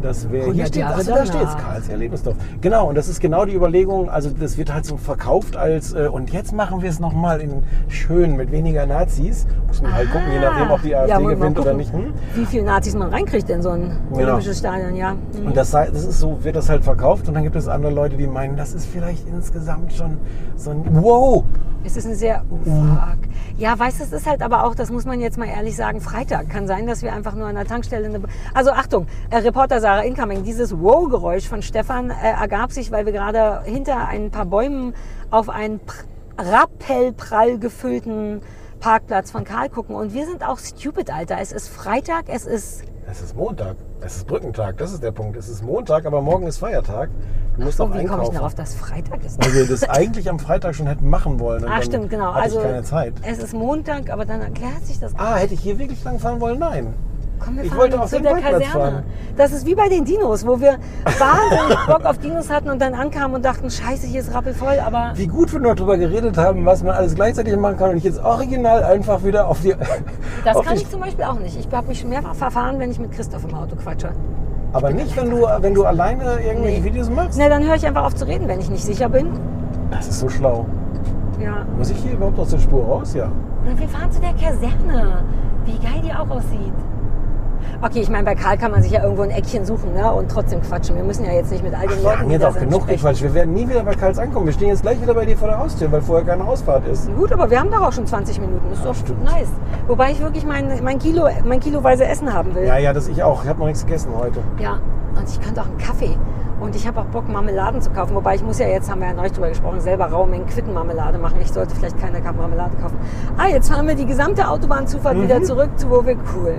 Speaker 1: Das wäre
Speaker 2: 100
Speaker 1: hier steht,
Speaker 2: Jahre
Speaker 1: achso, da
Speaker 2: danach.
Speaker 1: steht es, Karls Erlebnisdorf. Genau, und das ist genau die Überlegung. Also das wird halt so verkauft als äh, und jetzt machen wir es nochmal in schön mit weniger Nazis. Muss man halt gucken, je nachdem, ob die
Speaker 2: Ah.
Speaker 1: AfD
Speaker 2: Ja, muss man
Speaker 1: gewinnt oder
Speaker 2: gucken,
Speaker 1: nicht. Hm?
Speaker 2: Wie viele Nazis man reinkriegt in so ein
Speaker 1: Genau.
Speaker 2: olympisches Stadion, ja. Mhm.
Speaker 1: Und das, sei- das ist so, wird das halt verkauft und dann gibt es andere Leute, die meinen, das ist vielleicht insgesamt schon so ein Wow!
Speaker 2: Es ist ein sehr, oh fuck. Ja, weißt du, es ist halt aber auch, das muss man jetzt mal ehrlich sagen, Freitag. Kann sein, dass wir einfach nur an der Tankstelle, eine, also Achtung, äh, Reporter Sarah Incoming, dieses Wow-Geräusch von Stefan äh, ergab sich, weil wir gerade hinter ein paar Bäumen auf einen pr rappellprall gefüllten Parkplatz von Karl gucken. Und wir sind auch stupid, Alter. Es ist Freitag, es ist,
Speaker 1: Es ist Montag, es ist Brückentag, das ist der Punkt. Es ist Montag, aber morgen ist Feiertag. Du musst
Speaker 2: oh,
Speaker 1: auch
Speaker 2: wie komme ich
Speaker 1: einkaufen.
Speaker 2: darauf, dass Freitag ist?
Speaker 1: Weil wir das eigentlich am Freitag schon hätten machen wollen. und
Speaker 2: Ach
Speaker 1: dann
Speaker 2: stimmt, genau.
Speaker 1: Hatte
Speaker 2: Also
Speaker 1: ich keine Zeit.
Speaker 2: es ist Montag, aber dann erklärt sich das
Speaker 1: Ah, hätte ich hier wirklich lang fahren wollen? Nein.
Speaker 2: Komm, wir
Speaker 1: Ich
Speaker 2: fahren
Speaker 1: wollte
Speaker 2: zu
Speaker 1: auf den
Speaker 2: der
Speaker 1: Parkplatz
Speaker 2: Kaserne.
Speaker 1: fahren.
Speaker 2: Das ist wie bei den Dinos, wo wir wahnsinnig (laughs) Bock auf Dinos hatten und dann ankamen und dachten, scheiße, hier ist rappelvoll, aber
Speaker 1: Wie gut wir nur darüber geredet haben, was man alles gleichzeitig machen kann und ich jetzt original einfach wieder auf die.
Speaker 2: (laughs) das
Speaker 1: auf
Speaker 2: kann
Speaker 1: die,
Speaker 2: ich zum Beispiel auch nicht. Ich habe mich schon mehrfach verfahren, wenn ich mit Christoph im Auto quatsche.
Speaker 1: Aber nicht, wenn du, wenn du alleine irgendwelche
Speaker 2: Nee.
Speaker 1: Videos machst.
Speaker 2: Na, dann höre ich einfach auf zu reden, wenn ich nicht sicher bin.
Speaker 1: Das ist so schlau.
Speaker 2: Ja.
Speaker 1: Muss ich hier überhaupt aus der Spur raus? Ja.
Speaker 2: Und wir fahren zu der Kaserne. Wie geil die auch aussieht. Okay, ich meine, bei Karl kann man sich ja irgendwo ein Eckchen suchen ne? und trotzdem quatschen. Wir müssen ja jetzt nicht mit all den
Speaker 1: Wir
Speaker 2: Leuten,
Speaker 1: haben
Speaker 2: die
Speaker 1: jetzt
Speaker 2: da
Speaker 1: auch
Speaker 2: sind,
Speaker 1: genug
Speaker 2: sprechen.
Speaker 1: gequatscht. Wir werden nie wieder bei Karls ankommen. Wir stehen jetzt gleich wieder bei dir vor der Haustür, weil vorher keine Ausfahrt ist.
Speaker 2: Gut, aber wir haben doch auch schon 20 Minuten. Ist doch
Speaker 1: stimmt.
Speaker 2: nice. Wobei ich wirklich mein, mein, Kilo, mein kiloweise Essen haben will.
Speaker 1: Ja, ja, das ich auch. Ich habe noch nichts gegessen heute.
Speaker 2: Ja, und ich könnte auch einen Kaffee. Und ich habe auch Bock, Marmeladen zu kaufen. Wobei ich muss ja jetzt, haben wir ja neulich drüber gesprochen, selber raue Mengen Quittenmarmelade machen. Ich sollte vielleicht keine Marmelade kaufen. Ah, jetzt fahren wir die gesamte Autobahnzufahrt
Speaker 1: Mhm.
Speaker 2: wieder zurück zu wo wir cool.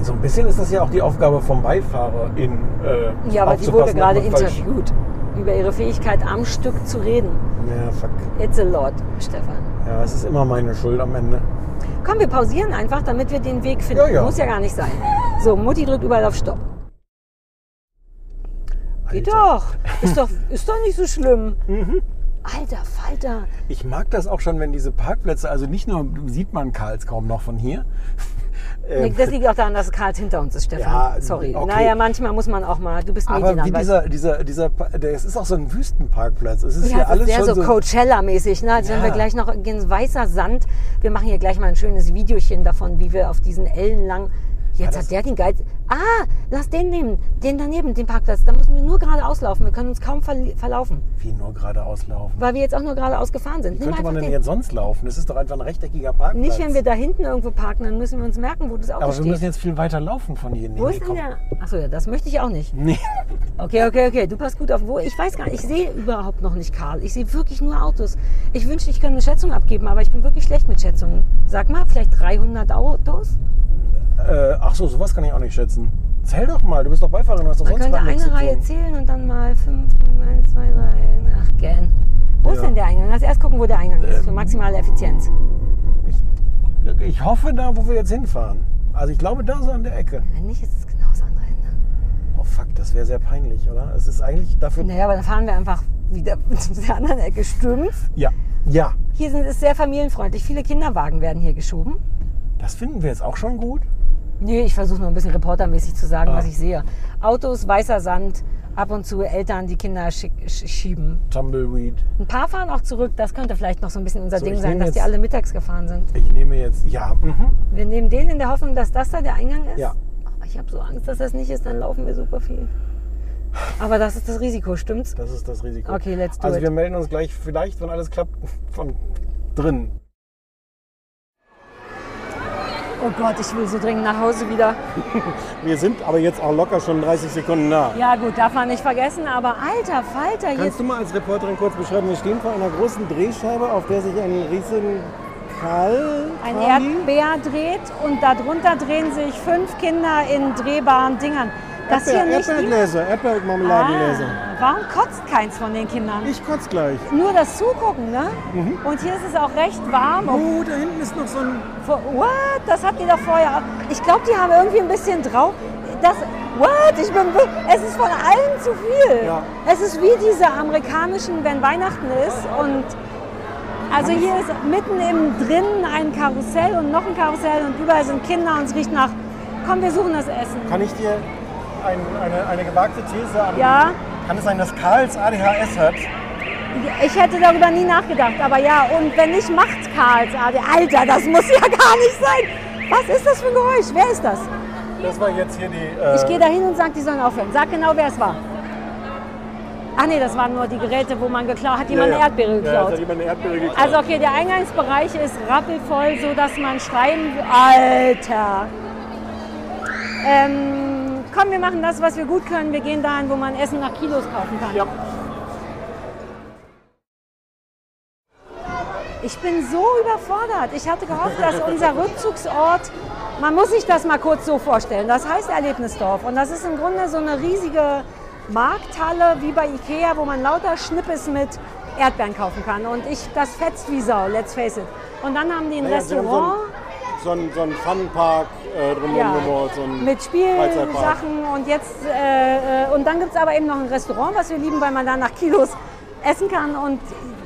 Speaker 1: So ein bisschen ist das ja auch die Aufgabe vom Beifahrer in. Äh,
Speaker 2: Ja, aber die wurde
Speaker 1: aufzupassen,
Speaker 2: gerade
Speaker 1: ob man falsch-
Speaker 2: interviewt über ihre Fähigkeit, am Stück zu reden.
Speaker 1: Ja, fuck.
Speaker 2: It's a lot, Stefan.
Speaker 1: Ja, es ist immer meine Schuld am Ende.
Speaker 2: Komm, wir pausieren einfach, damit wir den Weg finden.
Speaker 1: Ja, ja.
Speaker 2: Muss ja gar nicht sein. So, Mutti drückt überall auf Stopp. Geht
Speaker 1: Alter. Mhm.
Speaker 2: doch. Ist doch, ist doch nicht so schlimm. Alter Falter.
Speaker 1: Ich mag das auch schon, wenn diese Parkplätze, also nicht nur sieht man Karls kaum noch von hier.
Speaker 2: Nee, das liegt auch daran, dass Karls hinter uns ist, Stefan.
Speaker 1: Äh, Ja,
Speaker 2: Sorry.
Speaker 1: okay.
Speaker 2: Naja, manchmal muss man auch mal. Du bist
Speaker 1: Aber wie
Speaker 2: Medienanwalt.
Speaker 1: dieser, dieser, dieser, Pa- der, es ist auch so ein Wüstenparkplatz. Es ist
Speaker 2: ja,
Speaker 1: hier
Speaker 2: das ist
Speaker 1: alles
Speaker 2: sehr
Speaker 1: schon
Speaker 2: so Coachella-mäßig. Ne? Als wenn
Speaker 1: Ja.
Speaker 2: wir gleich noch in weißer Sand. Wir machen hier gleich mal ein schönes Videochen davon, wie wir auf diesen Ellenlang. Jetzt
Speaker 1: das-
Speaker 2: hat der den Geist. Ah, lass den nehmen, den daneben, den Parkplatz. Da müssen wir nur geradeaus laufen. Wir können uns kaum verli- verlaufen,
Speaker 1: Wie nur geradeaus laufen.
Speaker 2: weil wir jetzt auch nur geradeaus gefahren sind. Nimm
Speaker 1: Könnte
Speaker 2: einfach
Speaker 1: man denn
Speaker 2: den.
Speaker 1: jetzt sonst laufen? Das ist doch einfach ein rechteckiger Parkplatz.
Speaker 2: Nicht, wenn wir da hinten irgendwo parken, dann müssen wir uns merken, wo das Auto
Speaker 1: Aber wir
Speaker 2: steht.
Speaker 1: müssen jetzt viel weiter laufen von hier. Nee,
Speaker 2: wo
Speaker 1: nee,
Speaker 2: ist denn
Speaker 1: komm.
Speaker 2: der? Achso, ja, das möchte ich auch nicht.
Speaker 1: Nee.
Speaker 2: Okay, okay, okay. Du passt gut auf. Wo? Ich weiß gar nicht. Ich sehe überhaupt noch nicht Karl. Ich sehe wirklich nur Autos. Ich wünschte, ich könnte eine Schätzung abgeben, aber ich bin wirklich schlecht mit Schätzungen. Sag mal, vielleicht 300 Autos?
Speaker 1: Äh, ach so, sowas kann ich auch nicht schätzen. Zähl doch mal, du bist doch Beifahrerin, du hast doch
Speaker 2: Man
Speaker 1: sonst
Speaker 2: könnte
Speaker 1: gar nichts
Speaker 2: eine
Speaker 1: zu
Speaker 2: Reihe
Speaker 1: tun.
Speaker 2: zählen und dann mal 5, 1, 2, 3, ach gern. Wo ist
Speaker 1: Ja. Ähm.
Speaker 2: denn der Eingang? Lass erst gucken, wo der Eingang ist für maximale Effizienz.
Speaker 1: Ich hoffe da, wo wir jetzt hinfahren. Also ich glaube da so an der Ecke.
Speaker 2: Wenn nicht, ist es genau das andere Ende.
Speaker 1: Oh fuck, das wäre sehr peinlich, oder? Es ist eigentlich dafür.
Speaker 2: Naja, aber dann fahren wir einfach wieder (laughs) zu der anderen Ecke. Stimmt's?
Speaker 1: Ja. Ja.
Speaker 2: Hier sind es sehr familienfreundlich. Viele Kinderwagen werden hier geschoben.
Speaker 1: Das finden wir jetzt auch schon gut.
Speaker 2: Nee, ich versuche nur ein bisschen reportermäßig zu sagen,
Speaker 1: Ah.
Speaker 2: was ich sehe. Autos, weißer Sand, ab und zu Eltern, die Kinder schick, sch schieben.
Speaker 1: Tumbleweed.
Speaker 2: Ein paar fahren auch zurück. Das könnte vielleicht noch so ein bisschen unser
Speaker 1: So,
Speaker 2: Ding
Speaker 1: ich
Speaker 2: sein,
Speaker 1: nehme
Speaker 2: dass die
Speaker 1: jetzt-
Speaker 2: alle mittags gefahren sind.
Speaker 1: Ich nehme jetzt. Ja, mhm.
Speaker 2: Wir nehmen den in der Hoffnung, dass das da der Eingang ist.
Speaker 1: Ja.
Speaker 2: Oh, Ich habe so Angst, dass das nicht ist, dann laufen wir super viel. Aber das ist das Risiko, stimmt's?
Speaker 1: Das ist das Risiko.
Speaker 2: Okay, let's do
Speaker 1: Also
Speaker 2: it.
Speaker 1: wir melden uns gleich vielleicht, wenn alles klappt, (laughs) von drin.
Speaker 2: Oh Gott, ich will so dringend nach Hause wieder.
Speaker 1: Wir sind aber jetzt auch locker schon 30 Sekunden nah.
Speaker 2: Ja gut, darf man nicht vergessen, aber alter Falter, hier
Speaker 1: Kannst du mal als Reporterin kurz beschreiben, wir stehen vor einer großen Drehscheibe, auf der sich ein riesen Karl
Speaker 2: ein
Speaker 1: Kali-
Speaker 2: Erdbeer dreht und darunter drehen sich fünf Kinder in drehbaren Dingern. Das hier
Speaker 1: Erdbeer-
Speaker 2: nicht...
Speaker 1: Erdbeergläser, Erdbeermarmeladengläser.
Speaker 2: ah, warum kotzt keins von den Kindern?
Speaker 1: Ich kotz gleich.
Speaker 2: Nur das Zugucken, ne?
Speaker 1: Mhm.
Speaker 2: Und hier ist es auch recht warm. obwohl
Speaker 1: Oh, da hinten ist noch so ein.
Speaker 2: Vor- What? Das habt ihr doch vorher. auch- Ich glaube, die haben irgendwie ein bisschen drauf. Das. What? Ich bin. wir- Es ist von allem zu viel.
Speaker 1: Ja.
Speaker 2: Es ist wie diese amerikanischen, wenn Weihnachten ist und. Also hier ist mitten im drinnen ein Karussell und noch ein Karussell und überall sind Kinder und es riecht nach. Komm, wir suchen das Essen.
Speaker 1: Kann ich dir ein, eine, eine gewagte These an?
Speaker 2: Ja.
Speaker 1: Kann es sein, dass Karls ADHS hat?
Speaker 2: Ich hätte darüber nie nachgedacht, aber ja. Und wenn nicht, macht Karls AD. Alter, das muss ja gar nicht sein. Was ist das für ein Geräusch? Wer ist das?
Speaker 1: Das war jetzt hier die. äh,
Speaker 2: Ich gehe dahin und sage, die sollen aufhören. Sag genau, wer es war. Ach nee, das waren nur die Geräte, wo man geklaut hat. Jemand eine Erdbeere geklaut.
Speaker 1: jemand eine Erdbeere geklaut.
Speaker 2: also okay, der Eingangsbereich ist rappelvoll, so dass man schreien. Alter. Ähm, komm, wir machen das, was wir gut können. Wir gehen dahin, wo man Essen nach Kilos kaufen kann.
Speaker 1: Ja.
Speaker 2: Ich bin so überfordert. Ich hatte gehofft, dass unser Rückzugsort, man muss sich das mal kurz so vorstellen, das heißt Erlebnisdorf. Und das ist im Grunde so eine riesige Markthalle wie bei Ikea, wo man lauter Schnippes mit Erdbeeren kaufen kann. Und ich, das fetzt wie Sau, let's face it. Und dann haben die ein
Speaker 1: Naja, sie haben so ein-
Speaker 2: Restaurant
Speaker 1: so ein, so ein Funpark äh, drumherum
Speaker 2: Ja.
Speaker 1: gebaut. So ein
Speaker 2: mit
Speaker 1: Freizeitpark.
Speaker 2: Spielsachen und jetzt äh, äh, und dann gibt es aber eben noch ein Restaurant, was wir lieben, weil man da nach Kilos essen kann und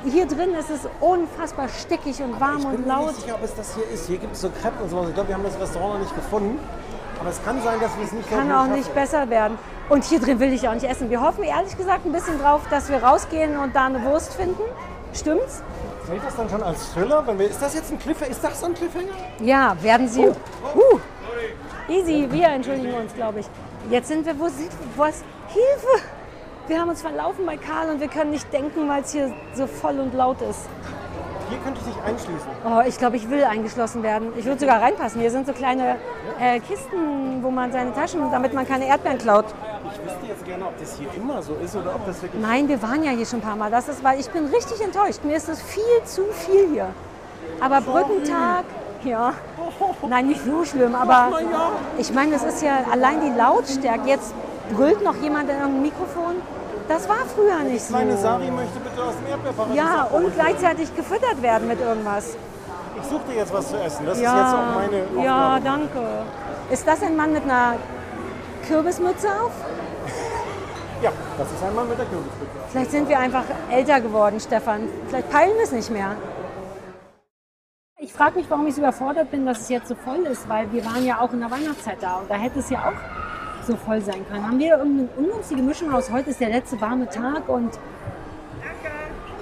Speaker 2: hier drin ist es unfassbar stickig und warm
Speaker 1: Ich bin
Speaker 2: und
Speaker 1: mir
Speaker 2: laut.
Speaker 1: nicht sicher, ob es das hier ist. Hier gibt es so Crepe und sowas. Ich glaube, wir haben das Restaurant noch nicht gefunden. Aber es kann sein, dass wir es nicht
Speaker 2: Kann auch nicht besser werden. Und hier drin will ich auch nicht essen. Wir hoffen ehrlich gesagt ein bisschen drauf, dass wir rausgehen und da eine Wurst finden. Stimmt's?
Speaker 1: Zählt das dann schon als Thriller? Wenn wir, ist das jetzt ein Cliffhanger? Ist das so ein Cliffhanger?
Speaker 2: Ja, werden Sie. Uh. Easy, wir entschuldigen uns, glaube ich. Jetzt sind wir, wo sind wir? Was? Hilfe! Wir haben uns verlaufen bei Karl und wir können nicht denken, weil es hier so voll und laut ist.
Speaker 1: Hier könnte ich dich einschließen.
Speaker 2: Oh, ich glaube, ich will eingeschlossen werden. Ich würde sogar reinpassen. Hier sind so kleine äh, Kisten, wo man seine Taschen, damit man keine Erdbeeren klaut.
Speaker 1: Ich wüsste jetzt gerne, ob das hier immer so ist oder ob das wirklich.
Speaker 2: Nein, wir waren ja hier schon ein paar Mal. Das ist, weil ich bin richtig enttäuscht. Mir ist es viel zu viel hier. Aber Brückentag, ja. Nein, nicht so schlimm, aber ich meine, es ist ja allein die Lautstärke. Jetzt brüllt noch jemand in irgendein Mikrofon. Das war früher nicht so.
Speaker 1: Kleine Sari möchte bitte aus dem Erdbeerparadies.
Speaker 2: Ja,
Speaker 1: abgeholt
Speaker 2: und gleichzeitig gefüttert werden mit irgendwas.
Speaker 1: werden. Ich suche dir jetzt was zu essen. Das ist jetzt auch
Speaker 2: Ja,
Speaker 1: meine Aufgabe.
Speaker 2: ja, danke. Ist das ein Mann mit einer Kürbismütze auf?
Speaker 1: ja, das ist einmal mit der Kürbisbitte.
Speaker 2: Vielleicht sind wir einfach älter geworden, Stefan. Vielleicht peilen wir es nicht mehr. Ich frage mich, warum ich so überfordert bin, dass es jetzt so voll ist, weil wir waren ja auch in der Weihnachtszeit da und da hätte es ja auch so voll sein können. Haben wir irgendeine ungünstige Mischung aus? Heute ist der letzte warme Tag und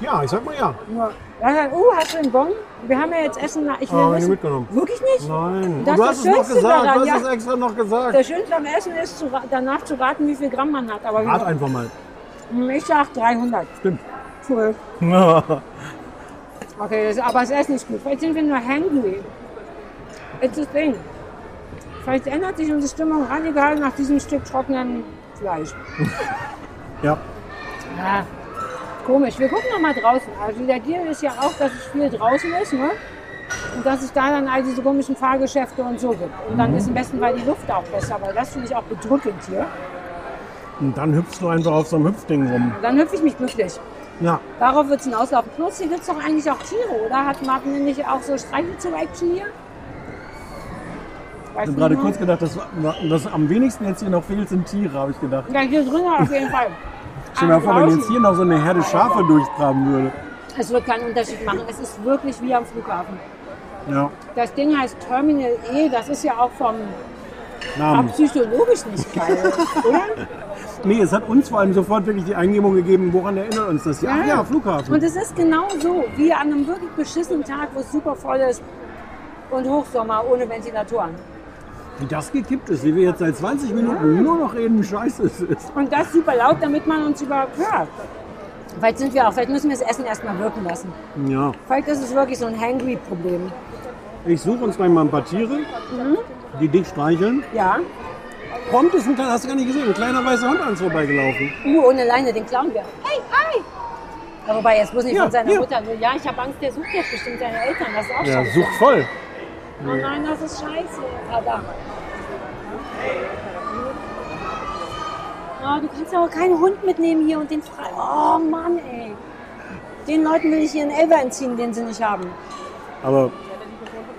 Speaker 1: Ja, ich sag mal ja.
Speaker 2: Ja. Dann, uh, hast du einen Bon? Wir haben ja jetzt Essen. nach- Ich will
Speaker 1: Aber Ah, hab ich
Speaker 2: wissen-
Speaker 1: nicht mitgenommen.
Speaker 2: Wirklich nicht?
Speaker 1: Nein.
Speaker 2: Das ist das
Speaker 1: du hast es noch
Speaker 2: Schönste
Speaker 1: gesagt.
Speaker 2: daran,
Speaker 1: du hast
Speaker 2: ja.
Speaker 1: es extra noch gesagt.
Speaker 2: Das Schönste am Essen ist, zu, ra- danach zu raten, wie viel Gramm man hat. Aber
Speaker 1: Rat einfach mal.
Speaker 2: wie- ich sag 300.
Speaker 1: Stimmt. (laughs)
Speaker 2: Cool. Okay, das, aber das Essen ist gut. Vielleicht sind wir nur hangry. It's a thing. Vielleicht ändert sich unsere Stimmung radikal nach diesem Stück trockenem Fleisch.
Speaker 1: (laughs) Ja.
Speaker 2: Ja, komisch. Wir gucken noch mal draußen. Also der Deal ist ja auch, dass es viel draußen ist, ne? Und dass es da dann all diese komischen Fahrgeschäfte und so gibt. Und
Speaker 7: Mhm.
Speaker 2: dann ist im besten Fall die Luft auch besser, weil das finde ich auch bedrückend hier.
Speaker 1: Und dann hüpfst du einfach auf so einem Hüpfding rum.
Speaker 2: Und dann hüpfe ich mich glücklich.
Speaker 1: Ja.
Speaker 2: Darauf wird es hinauslaufen. Plus, hier gibt es doch eigentlich auch Tiere, oder? Hat Martin nicht auch so Streichelzoo-Action
Speaker 7: Ich
Speaker 2: hier? Weißt
Speaker 7: habe Also gerade
Speaker 2: noch?
Speaker 7: kurz gedacht, das, das am wenigsten jetzt hier noch fehlt, sind Tiere, habe ich gedacht.
Speaker 2: Ja, hier drinnen auf jeden Fall.
Speaker 7: (laughs) Stell dir mal vor, wenn
Speaker 2: Draußen.
Speaker 7: jetzt hier noch so eine Herde Schafe durchtraben würde.
Speaker 2: Es wird keinen Unterschied machen. Es ist wirklich wie am Flughafen.
Speaker 7: Ja,
Speaker 2: Das Ding heißt Terminal E. Das ist ja auch vom
Speaker 7: Namen.
Speaker 2: psychologisch nicht geil,
Speaker 7: (laughs)
Speaker 2: oder?
Speaker 7: Nee, es hat uns vor allem sofort wirklich die Eingebung gegeben, woran erinnert uns das? Ja,
Speaker 2: Ja.
Speaker 7: Ach ja Flughafen.
Speaker 2: Und es ist genau so, wie an einem wirklich beschissenen Tag, wo es super voll ist und Hochsommer ohne Ventilatoren.
Speaker 7: wie das gekippt ist, wie wir jetzt seit 20 Minuten nur noch reden, wie scheiße es ist.
Speaker 2: Und das super laut, damit man uns überhaupt hört. Vielleicht sind wir auch, vielleicht müssen wir das Essen erstmal wirken lassen.
Speaker 7: Ja,
Speaker 2: Vielleicht ist es wirklich so ein Hangry-Problem.
Speaker 7: ich suche uns gleich mal ein paar Tiere,
Speaker 2: Mhm.
Speaker 7: die dich streicheln.
Speaker 2: Ja.
Speaker 7: Prompt ist ein kleiner, hast du gar nicht gesehen, ein kleiner weißer Hund an uns vorbeigelaufen.
Speaker 2: Uh, ohne Leine, den klauen wir. Hey, hi! Ja, Wobei, jetzt muss nicht
Speaker 7: Ja,
Speaker 2: von seiner
Speaker 7: ja.
Speaker 2: Mutter. Ja, ich habe Angst, der sucht jetzt bestimmt seine Eltern. Das ist auch
Speaker 1: Ja,
Speaker 2: scheiße.
Speaker 1: such voll.
Speaker 2: Oh nein, das ist scheiße. Ah, da. Ah, du kannst aber keinen Hund mitnehmen hier und den frei. Oh Mann, ey. Den Leuten will ich hier einen Elber entziehen, den sie nicht haben.
Speaker 7: Aber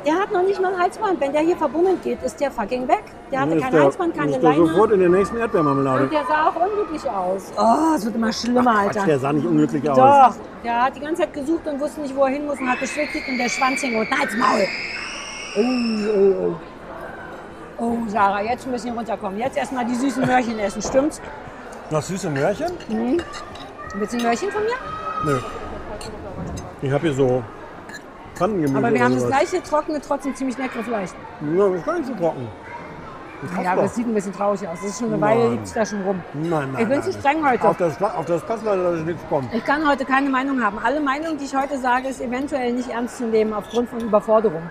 Speaker 2: Der hat noch nicht mal ein Halsband. Wenn der hier verbummelt geht, ist der fucking weg. Der hatte
Speaker 7: dann
Speaker 2: kein
Speaker 7: der-
Speaker 2: Halsband, keine
Speaker 7: ist der sofort
Speaker 2: Leine.
Speaker 7: in der nächsten Erdbeermarmelade.
Speaker 2: Und der sah auch unglücklich aus. Oh, es wird immer schlimmer, Alter.
Speaker 7: Quatsch, der sah nicht unglücklich aus.
Speaker 2: Doch, der hat die ganze Zeit gesucht und wusste nicht, wo er hin muss und hat geschwitzigt und der Schwanz hing unten als Maul. Oh, oh, oh. Oh, Sarah, jetzt müssen wir runterkommen. Jetzt erstmal die süßen Möhrchen essen, stimmt's?
Speaker 1: Noch süße Möhrchen?
Speaker 2: Willst du ein Möhrchen von mir?
Speaker 1: Ich habe hier so Pfannengemüse.
Speaker 2: Aber wir haben das
Speaker 1: oder
Speaker 2: gleiche trockene, trotzdem ziemlich leckere Fleisch.
Speaker 1: sowas. Ja, ist gar nicht so trocken.
Speaker 2: Ja, aber es sieht ein bisschen traurig aus. Das ist schon eine Weile, liegt's da schon rum.
Speaker 1: Nein, nein.
Speaker 2: Ich bin
Speaker 1: nein.
Speaker 2: zu streng heute.
Speaker 1: Auf das, auf das Passwort soll nichts kommen.
Speaker 2: Ich kann heute keine Meinung haben. Alle Meinung, die ich heute sage, ist eventuell nicht ernst zu nehmen aufgrund von Überforderung.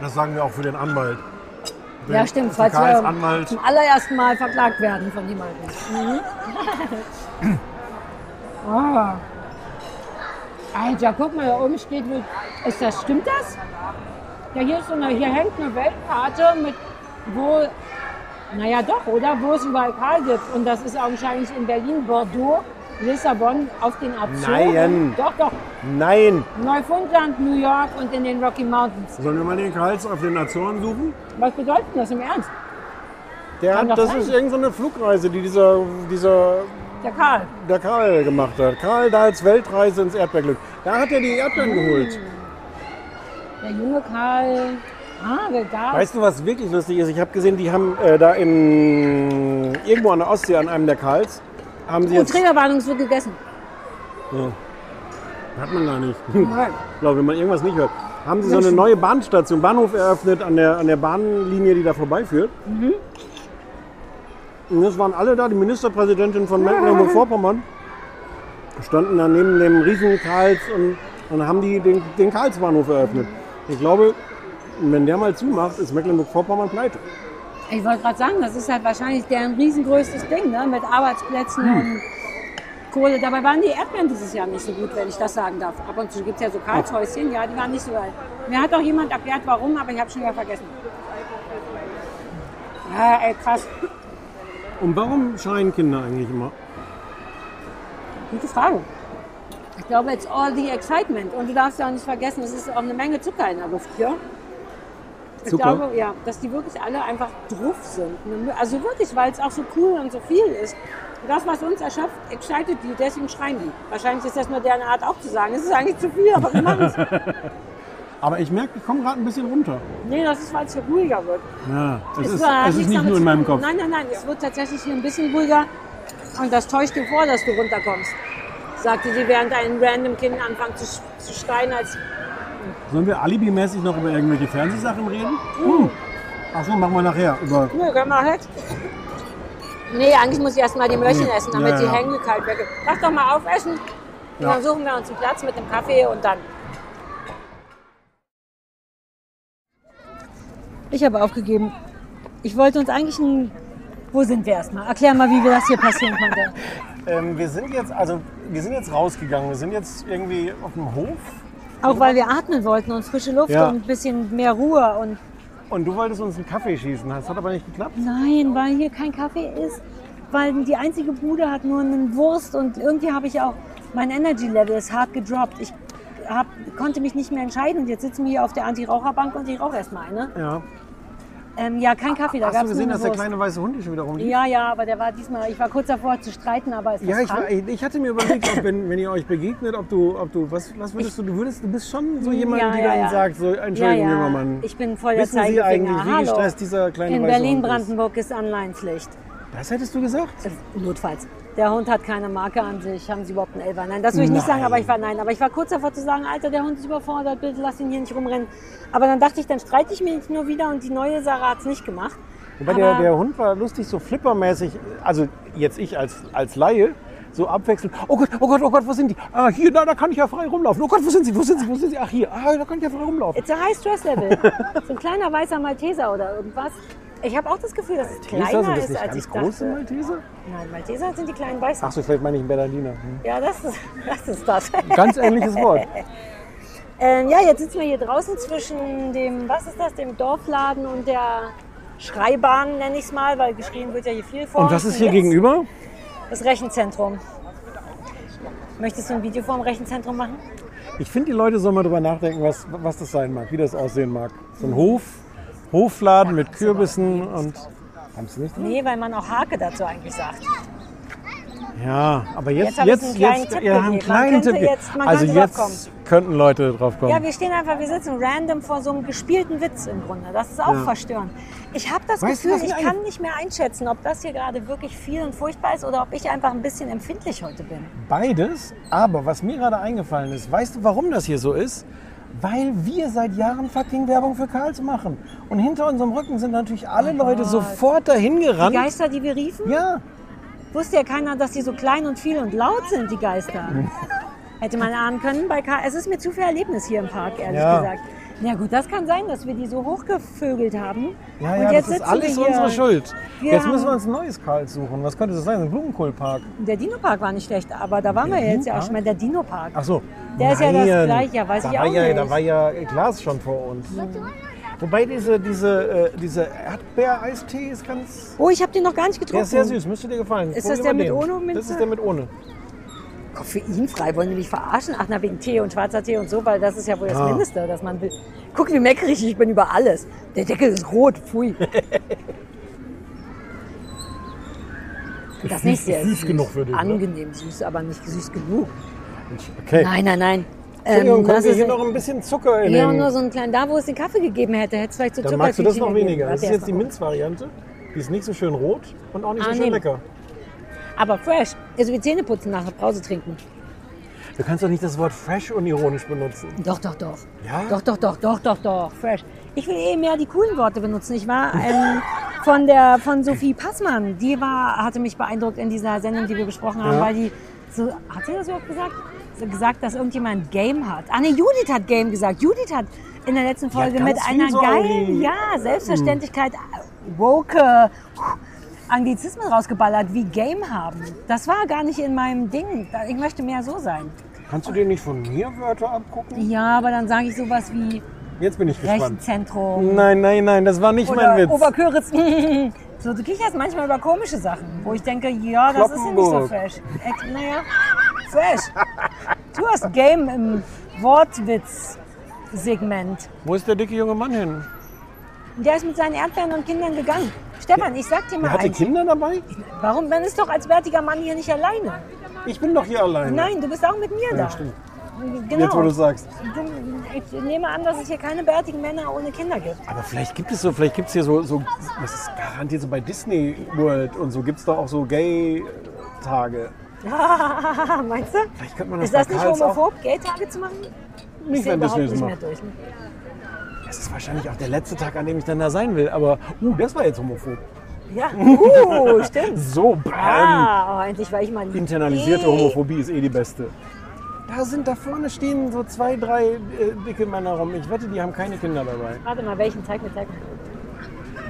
Speaker 1: Das sagen wir auch für den Anwalt.
Speaker 2: Ja, stimmt. Falls
Speaker 1: Karls
Speaker 2: wir
Speaker 1: Anwalt.
Speaker 2: zum allerersten Mal verklagt werden von jemandem. Mhm. (laughs) ah. Alter, guck mal, da oben steht, mit- ist das, stimmt das? Ja, hier, ist so eine, hier hängt eine Weltkarte mit, wo, naja doch, oder? Wo es überall Karl gibt. Und das ist augenscheinlich in Berlin, Bordeaux, Lissabon, auf den Azoren.
Speaker 1: Nein.
Speaker 2: Doch, doch.
Speaker 1: Nein.
Speaker 2: Neufundland, New York und in den Rocky Mountains.
Speaker 7: Sollen wir mal den Karls auf den Azoren suchen?
Speaker 2: Was bedeutet das im Ernst?
Speaker 1: Der
Speaker 2: Kann
Speaker 1: hat,
Speaker 2: doch
Speaker 1: das
Speaker 2: sein.
Speaker 1: ist irgendeine so eine Flugreise, die dieser, dieser
Speaker 2: Der Karl.
Speaker 1: der Karl gemacht hat. Karl da als Weltreise ins Erdbeerglück. Da hat er die Erdbeeren geholt.
Speaker 2: Mm. Der junge Karl Hagegas.
Speaker 1: Weißt du, was wirklich lustig ist? Ich habe gesehen, die haben äh, da in irgendwo an der Ostsee an einem der Karls haben sie
Speaker 2: oh,
Speaker 1: jetzt
Speaker 2: Trägerwarnung, es wird gegessen.
Speaker 7: Hat man gar nicht.
Speaker 2: Nein.
Speaker 7: Ich glaube, wenn man irgendwas nicht hört. Haben sie so eine
Speaker 2: Menschen.
Speaker 7: neue Bahnstation, Bahnhof eröffnet an der, an der Bahnlinie, die da vorbeiführt. Und das waren alle da, die Ministerpräsidentin von Mecklenburg-Vorpommern standen da neben dem riesen Karls und, und haben die den, den Karlsbahnhof eröffnet. Ich glaube, wenn der mal zumacht, ist Mecklenburg-Vorpommern pleite.
Speaker 2: Ich wollte gerade sagen, das ist halt wahrscheinlich deren riesengrößtes Ding, ne? mit Arbeitsplätzen und Kohle. Dabei waren die Erdbeeren dieses Jahr nicht so gut, wenn ich das sagen darf. Ab und zu gibt es ja so Karlshäuschen, ja, die waren nicht so geil. Mir hat auch jemand erklärt, warum, aber ich habe schon wieder vergessen. Ja, ey, krass.
Speaker 7: Und warum schreien Kinder eigentlich immer?
Speaker 2: Gute Frage. Ich glaube, it's all the excitement. Und du darfst ja auch nicht vergessen, es ist auch eine Menge Zucker in der Luft hier. Ich
Speaker 7: Zucker?
Speaker 2: glaube, ja, dass die wirklich alle einfach drauf sind. Also wirklich, weil es auch so cool und so viel ist. Und Das, was uns erschöpft, excited die, deswegen schreien die. Wahrscheinlich ist das nur deren Art auch zu sagen. Es ist eigentlich zu viel, aber wir machen es.
Speaker 7: Aber ich merke, ich komme gerade ein bisschen runter.
Speaker 2: Nee, das ist, weil es hier ruhiger wird.
Speaker 7: Ja, es, ist,
Speaker 2: war-
Speaker 7: es
Speaker 2: hat
Speaker 7: ist
Speaker 2: nichts
Speaker 7: nicht
Speaker 2: damit
Speaker 7: nur
Speaker 2: zu
Speaker 7: in meinem
Speaker 2: tun.
Speaker 7: Kopf.
Speaker 2: Nein, nein, nein, es wird tatsächlich hier ein bisschen ruhiger. Und das täuscht dir vor, dass du runterkommst. sagte sie, während ein random Kind anfängt zu, sch- zu schreien, als
Speaker 7: Sollen wir alibimäßig noch über irgendwelche Fernsehsachen reden? Hm. Achso, machen wir nachher. Über
Speaker 2: Nö, können wir halt. Nee, eigentlich muss ich erstmal die Möhrchen essen, damit
Speaker 7: Ja,
Speaker 2: die
Speaker 7: ja.
Speaker 2: Hänge kalt werden. Lass doch mal aufessen. Und
Speaker 7: Ja.
Speaker 2: Dann suchen wir uns einen Platz mit einem Kaffee und dann. Ich habe aufgegeben. Ich wollte uns eigentlich ein. Wo sind wir erstmal? Erklär mal, wie wir das hier passieren konnte.
Speaker 1: Ähm, wir sind jetzt, also wir sind jetzt rausgegangen. Wir sind jetzt irgendwie auf dem Hof
Speaker 2: Auch weil wir atmen wollten und frische Luft
Speaker 1: Ja.
Speaker 2: und ein bisschen mehr Ruhe. Und
Speaker 1: und du wolltest uns einen Kaffee schießen. Das hat aber nicht geklappt.
Speaker 2: nein, weil hier kein Kaffee ist, weil die einzige Bude hat nur einen Wurst und irgendwie habe ich auch, mein Energy Level ist hart gedroppt. Ich hab, konnte mich nicht mehr entscheiden und jetzt sitzen wir hier auf der Anti-Raucherbank und ich rauche erstmal eine.
Speaker 1: Ja.
Speaker 2: Ähm, ja, kein Kaffee, da
Speaker 1: Hast
Speaker 2: gab
Speaker 1: du
Speaker 2: es
Speaker 1: gesehen,
Speaker 2: nur
Speaker 1: dass
Speaker 2: eine
Speaker 1: der
Speaker 2: Wurst.
Speaker 1: kleine weiße Hund hier schon wieder rumliegt?
Speaker 2: ja, ja, aber der war diesmal, ich war kurz davor zu streiten, aber es
Speaker 1: Ja,
Speaker 2: ist
Speaker 1: ich, war, eh ich hatte mir überlegt, ob, wenn, wenn ihr euch begegnet, ob du, ob du, was, was würdest du, du würdest, du bist schon so jemand,
Speaker 2: Ja,
Speaker 1: die
Speaker 2: ja,
Speaker 1: dann
Speaker 2: ja.
Speaker 1: sagt, so, Entschuldigung,
Speaker 2: ja,
Speaker 1: junger
Speaker 2: ja.
Speaker 1: Mann.
Speaker 2: Ich bin voll der
Speaker 1: Wissen Sie
Speaker 2: Zeigefinger.
Speaker 1: eigentlich, wie
Speaker 2: Hallo.
Speaker 1: gestresst dieser kleine
Speaker 2: In
Speaker 1: weiße Hund
Speaker 2: Berlin-Brandenburg ist Anleihenpflicht.
Speaker 1: ist? Das hättest du gesagt?
Speaker 2: Notfalls. Der Hund hat keine Marke an sich. Haben Sie überhaupt einen Elfer? Nein, das will ich nicht sagen, aber ich war nein. Aber ich war kurz davor zu sagen, Alter, der Hund ist überfordert, bitte lass ihn hier nicht rumrennen. Aber dann dachte ich, dann streite ich mich nur wieder und die neue Sarah hat es nicht gemacht.
Speaker 1: Wobei der,
Speaker 2: Aber-
Speaker 1: der Hund war lustig, so flippermäßig, also jetzt ich als, als Laie, so abwechselnd. Oh Gott, oh Gott, oh Gott, wo sind die? Ah, hier, da, da kann ich ja frei rumlaufen. Oh Gott, wo sind sie, wo sind sie, wo sind sie? Ach, hier, ah, da kann ich ja frei rumlaufen.
Speaker 2: It's a high stress level. so ein kleiner weißer Malteser oder irgendwas. Ich habe auch das Gefühl, dass es
Speaker 1: Malteser,
Speaker 2: Äh, kleiner
Speaker 1: sind das
Speaker 2: ist,
Speaker 1: nicht
Speaker 2: als ich
Speaker 1: ganz
Speaker 2: dachte.
Speaker 1: große Malteser?
Speaker 2: Nein, Malteser sind die kleinen weißen.
Speaker 1: Ach so, vielleicht meine ich einen Berliner. Hm.
Speaker 2: Ja, das ist das. Ist das.
Speaker 1: Ganz
Speaker 2: (laughs)
Speaker 1: ähnliches Wort.
Speaker 2: Ähm, ja, jetzt sitzen wir hier draußen zwischen dem, was ist das, dem Dorfladen und der Schreibahn, nenne ich es mal, weil geschrien wird ja hier viel vor.
Speaker 1: Und
Speaker 2: uns.
Speaker 1: was ist hier
Speaker 2: jetzt
Speaker 1: gegenüber?
Speaker 2: Das Rechenzentrum. Möchtest du ein Video vom Rechenzentrum machen?
Speaker 1: Hm? Ich finde, die Leute sollen mal drüber nachdenken, was, was das sein mag, wie das aussehen mag. So ein Hof, Hofladen mit Kürbissen und. Haben sie nicht?
Speaker 2: Nee, weil man auch Hake dazu eigentlich sagt.
Speaker 1: Ja, aber jetzt,
Speaker 2: Jetzt habe ich einen kleinen
Speaker 1: jetzt, jetzt,
Speaker 2: Tipp
Speaker 1: ja, einen
Speaker 2: gegeben. Man
Speaker 1: kleinen
Speaker 2: könnte
Speaker 1: Tipp.
Speaker 2: jetzt- man
Speaker 1: also
Speaker 2: könnte drauf
Speaker 1: jetzt könnten Leute drauf kommen.
Speaker 2: Ja, wir stehen einfach, wir sitzen random vor so einem gespielten Witz im Grunde. Das ist auch verstörend. Ich habe das
Speaker 1: Weißt du, was
Speaker 2: Gefühl,
Speaker 1: mir
Speaker 2: ich
Speaker 1: einge-
Speaker 2: kann nicht mehr einschätzen, ob das hier gerade wirklich viel und furchtbar ist oder ob ich einfach ein bisschen empfindlich heute bin.
Speaker 1: Beides, aber was mir gerade eingefallen ist, weißt du, warum das hier so ist? Weil wir seit Jahren fucking Werbung für Karls machen. Und hinter unserem Rücken sind natürlich alle
Speaker 2: Oh
Speaker 1: Leute sofort dahin
Speaker 2: Die
Speaker 1: gerannt.
Speaker 2: Geister, die wir riefen?
Speaker 1: Ja,
Speaker 2: Wusste ja keiner, dass die so klein und viel und laut sind, die Geister.
Speaker 1: Mhm.
Speaker 2: Hätte man ahnen können bei K. Es ist mir zu viel Erlebnis hier im Park, ehrlich
Speaker 1: Ja.
Speaker 2: gesagt. Na gut, das kann sein, dass wir die so hochgevögelt haben.
Speaker 1: ja,
Speaker 2: und jetzt
Speaker 1: ja das ist
Speaker 2: sitzen
Speaker 1: alles
Speaker 2: wir hier.
Speaker 1: unsere Schuld.
Speaker 2: Wir
Speaker 1: Jetzt müssen
Speaker 2: haben-
Speaker 1: wir uns ein neues Karls suchen. Was könnte das sein? Ein Blumenkohlpark.
Speaker 2: Der Dino-Park war nicht schlecht, aber da waren wir jetzt ja auch schon mal. Der Dino-Park.
Speaker 1: Mhm, Ach so.
Speaker 2: Der ist ja das Gleiche, ja, weiß
Speaker 1: da
Speaker 2: ich
Speaker 1: war
Speaker 2: auch
Speaker 1: ja,
Speaker 2: nicht.
Speaker 1: Da war ja Glas schon vor uns. Wobei diese, diese, äh, diese Erdbeereistee ist ganz...
Speaker 2: Oh, ich habe den noch gar nicht getrunken.
Speaker 1: Der ist sehr süß, müsste dir gefallen.
Speaker 2: Ist
Speaker 1: Probier
Speaker 2: das der
Speaker 1: mal
Speaker 2: mit Ähm,
Speaker 1: den.
Speaker 2: ohne und mit-
Speaker 1: Das ist der mit ohne.
Speaker 2: Koffeinfrei, wollen die mich verarschen? Ach, na, wegen Tee und schwarzer Tee und so, weil das ist ja wohl das
Speaker 1: Ah.
Speaker 2: Mindeste, dass man will. Guck, wie meckrig ich bin über alles. Der Deckel ist rot, pfui.
Speaker 1: (laughs)
Speaker 2: Das nächste ist süß,
Speaker 1: genug für dich, ne?
Speaker 2: Angenehm süß, aber nicht süß genug.
Speaker 1: Okay.
Speaker 2: Nein, nein, nein. Ähm,
Speaker 1: Entschuldigung, können
Speaker 2: das
Speaker 1: wir
Speaker 2: ist
Speaker 1: hier noch ein bisschen Zucker in
Speaker 2: ja,
Speaker 1: den...
Speaker 2: nur so einen kleinen, da wo es den Kaffee gegeben hätte, hätte es vielleicht so
Speaker 1: Dann
Speaker 2: Zucker
Speaker 1: magst du das noch weniger.
Speaker 2: Warte,
Speaker 1: Das ist
Speaker 2: erst
Speaker 1: jetzt die
Speaker 2: mal.
Speaker 1: Minzvariante. Die ist nicht so schön rot und auch nicht so
Speaker 2: Ah,
Speaker 1: schön
Speaker 2: nee.
Speaker 1: lecker.
Speaker 2: Aber fresh. Also wie Zähne putzen nach der Pause trinken.
Speaker 1: Du kannst doch nicht das Wort fresh unironisch benutzen.
Speaker 2: Doch, doch, doch.
Speaker 1: Ja?
Speaker 2: Doch, doch, doch, doch, doch, doch. Fresh. Ich will eh mehr die coolen Worte benutzen. Ich war ähm, von der von Sophie Passmann. Die war, hatte mich beeindruckt in dieser Sendung, die wir besprochen haben, weil die so, hat sie das überhaupt gesagt? So gesagt, dass irgendjemand Game hat. Ah ne, Judith hat Game gesagt. Judith hat in der letzten Folge
Speaker 1: ganz
Speaker 2: mit
Speaker 1: viel
Speaker 2: einer
Speaker 1: so Hm.
Speaker 2: geilen,
Speaker 1: die-
Speaker 2: ja, Selbstverständlichkeit, äh, woke, Anglizismen rausgeballert, wie Game haben. Das war gar nicht in meinem Ding. Ich möchte mehr so sein.
Speaker 1: Kannst du dir nicht von mir Wörter abgucken?
Speaker 2: Ja, aber dann sage ich sowas wie
Speaker 1: Jetzt bin ich gespannt.
Speaker 2: Rechenzentrum
Speaker 1: Nein, nein, nein, das war nicht mein
Speaker 2: oder
Speaker 1: Witz.
Speaker 2: Oberköritz. (laughs) so, du kicherst manchmal über komische Sachen, wo ich denke, ja, das ist ja nicht so
Speaker 1: Kloppenburg.
Speaker 2: fresh. Ex- Naja, fresh. Du hast Game im Wortwitz-Segment.
Speaker 1: Wo ist der dicke junge Mann hin?
Speaker 2: Und Der ist mit seinen Erdbeeren und Kindern gegangen. Stefan, ich sag dir
Speaker 1: Der
Speaker 2: mal
Speaker 1: hatte
Speaker 2: eins.
Speaker 1: Kinder dabei?
Speaker 2: Warum? Man ist doch als bärtiger Mann hier nicht alleine.
Speaker 1: Ich bin doch hier alleine.
Speaker 2: Nein, du bist auch mit mir da.
Speaker 1: stimmt.
Speaker 2: Genau.
Speaker 1: Jetzt, wo du sagst.
Speaker 2: Du- ich nehme an, dass es hier keine bärtigen Männer ohne Kinder gibt. (laughs)
Speaker 1: Aber vielleicht gibt es so, vielleicht gibt es hier so, so, das ist garantiert so bei Disney World und so gibt es da auch so Gay-Tage.
Speaker 2: Meinst du?
Speaker 1: Vielleicht könnte man das
Speaker 2: Ist das
Speaker 1: bei
Speaker 2: nicht
Speaker 1: Karls
Speaker 2: homophob, Gay-Tage zu machen? Ich
Speaker 1: Nicht,
Speaker 2: sehe
Speaker 1: wenn das
Speaker 2: überhaupt
Speaker 1: nicht
Speaker 2: nicht mehr
Speaker 1: macht.
Speaker 2: durch. Ne?
Speaker 1: Das ist wahrscheinlich auch der letzte Tag, an dem ich dann da sein will. Aber, uh, das war jetzt homophob.
Speaker 2: ne? Ja, uh, stimmt.
Speaker 1: (laughs) So, bam.
Speaker 2: Ah, oh, endlich war ich mal
Speaker 1: Internalisierte
Speaker 2: Ey.
Speaker 1: Homophobie ist eh die beste. Da sind, da vorne stehen so zwei, drei äh, dicke Männer rum. Ich wette, die haben keine Kinder dabei.
Speaker 2: Warte mal, welchen Zeig mir, zeig mir.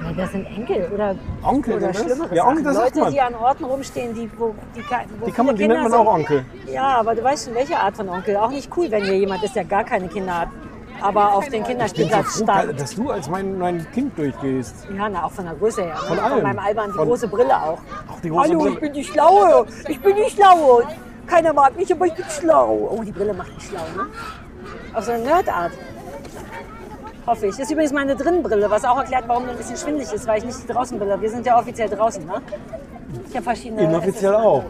Speaker 2: Ja, das sind Enkel oder,
Speaker 1: Onkel
Speaker 2: oder
Speaker 1: sind das?
Speaker 2: Schlimmeres.
Speaker 1: Ja, Onkel, das sagt
Speaker 2: Leute,
Speaker 1: man.
Speaker 2: die an Orten rumstehen, die, wo, die, kein- wo
Speaker 1: Die kann man, die
Speaker 2: viele
Speaker 1: nennt man
Speaker 2: Kinder
Speaker 1: auch
Speaker 2: sind.
Speaker 1: Onkel.
Speaker 2: Ja, aber du weißt schon, welche Art von Onkel. Auch nicht cool, wenn hier jemand ist, der gar keine Kinder hat, aber auf den
Speaker 1: Ich bin
Speaker 2: Kinderspielplatz
Speaker 1: so froh,
Speaker 2: stand.
Speaker 1: dass du als mein, mein Kind durchgehst.
Speaker 2: Ja, na, auch von der Größe her. ne? Von,
Speaker 1: allem.
Speaker 2: von meinem Alban, die
Speaker 1: Von-
Speaker 2: große Brille auch.
Speaker 1: Auch die große
Speaker 2: Hallo, ich
Speaker 1: Brille.
Speaker 2: bin die Schlaue. Ich bin die Schlaue. Keiner mag mich, aber ich bin schlau. Oh, die Brille macht mich schlau, ne? Auf so eine Nerdart. Hoffe ich. Das ist übrigens meine Drinnenbrille, was auch erklärt, warum die ein bisschen schwindelig ist, weil ich nicht die Draußenbrille habe. Wir sind ja offiziell draußen, ne? Ich habe verschiedene.
Speaker 1: Inoffiziell auch.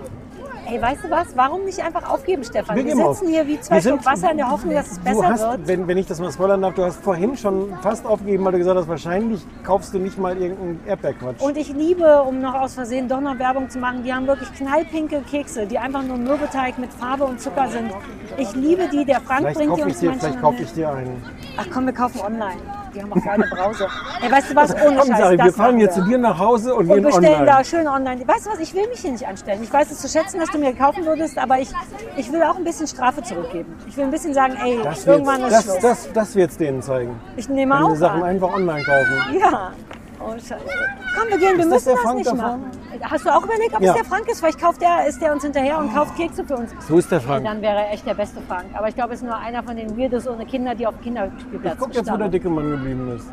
Speaker 2: Hey, weißt du was? Warum nicht einfach aufgeben, Stefan?
Speaker 1: Wir
Speaker 2: Wir,
Speaker 1: geben auf.
Speaker 2: sitzen hier wie zwei
Speaker 1: Wir sind-
Speaker 2: Schluck Wasser in der Hoffnung, dass es
Speaker 1: Du
Speaker 2: besser
Speaker 1: hast,
Speaker 2: wird.
Speaker 1: wenn, wenn ich das mal spoilern darf, du hast vorhin schon fast aufgegeben, weil du gesagt hast, wahrscheinlich kaufst du nicht mal irgendeinen Erdbeerquatsch.
Speaker 2: Und ich liebe, um noch aus Versehen doch noch Werbung zu machen, die haben wirklich knallpinke Kekse, die einfach nur Mürbeteig mit Farbe und Zucker sind. Ich liebe die. Der Frank
Speaker 1: vielleicht
Speaker 2: bringt die
Speaker 1: kaufe ich
Speaker 2: uns
Speaker 1: dir,
Speaker 2: manchmal
Speaker 1: vielleicht kaufe
Speaker 2: mit.
Speaker 1: ich dir einen.
Speaker 2: Ach komm, wir kaufen online. Die haben auch geile Brause. Ey, weißt du was? Ohne
Speaker 1: Komm,
Speaker 2: Scheiß,
Speaker 1: Sari, wir
Speaker 2: das
Speaker 1: fahren
Speaker 2: machen
Speaker 1: jetzt
Speaker 2: wir.
Speaker 1: zu dir nach Hause und,
Speaker 2: und
Speaker 1: gehen
Speaker 2: bestellen
Speaker 1: online.
Speaker 2: da schön online. Weißt du was, ich will mich hier nicht anstellen. Ich weiß es zu schätzen, dass du mir kaufen würdest, aber ich, ich will auch ein bisschen Strafe zurückgeben. Ich will ein bisschen sagen, ey,
Speaker 1: Das
Speaker 2: irgendwann
Speaker 1: wird's-
Speaker 2: ist
Speaker 1: das,
Speaker 2: Schluss.
Speaker 1: das, das wird's denen zeigen.
Speaker 2: ich nehme
Speaker 1: Wenn
Speaker 2: auch
Speaker 1: die Sachen
Speaker 2: an.
Speaker 1: einfach online kaufen.
Speaker 2: Ja. Oh, Scheiße. Komm, wir gehen, wir
Speaker 1: Ist das
Speaker 2: müssen
Speaker 1: der
Speaker 2: das
Speaker 1: Frank
Speaker 2: nicht
Speaker 1: da
Speaker 2: machen. Hast du auch überlegt, ob
Speaker 1: Ja. Oh.
Speaker 2: es der Frank ist? Vielleicht kauft er, ist der uns hinterher und kauft Kekse für uns.
Speaker 1: So ist der Frank.
Speaker 2: Dann wäre er echt der beste Frank. Aber ich glaube, es ist nur einer von den Weirdos ohne Kinder, die auf dem Kinderspielplatz
Speaker 1: Guck jetzt, wo der
Speaker 2: starren.
Speaker 1: dicke Mann geblieben ist.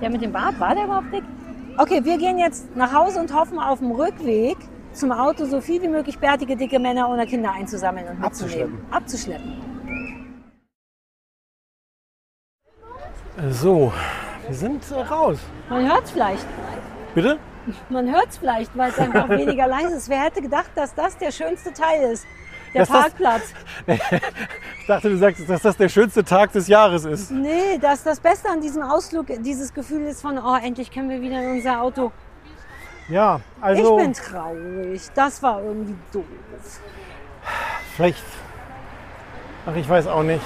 Speaker 2: Der mit dem Bart, war der überhaupt dick? Okay, wir gehen jetzt nach Hause und hoffen auf dem Rückweg zum Auto so viel wie möglich bärtige, dicke Männer ohne Kinder einzusammeln und mitzunehmen. Abzuschleppen.
Speaker 1: Äh, So, wir sind äh, raus.
Speaker 2: Man hört es vielleicht.
Speaker 1: Bitte?
Speaker 2: Man hört es vielleicht, weil es
Speaker 1: (laughs)
Speaker 2: einfach weniger leise ist. Wer hätte gedacht, dass das der schönste Teil ist? Der
Speaker 1: Dass das-
Speaker 2: Parkplatz.
Speaker 1: Ich dachte, du sagst, dass das der schönste Tag des Jahres ist.
Speaker 2: Nee, dass das Beste an diesem Ausflug dieses Gefühl ist von, oh, endlich können wir wieder in unser Auto.
Speaker 1: Ja,
Speaker 2: Ich
Speaker 1: also
Speaker 2: bin traurig. Das war irgendwie doof.
Speaker 1: vielleicht. Ach, ich weiß auch nicht.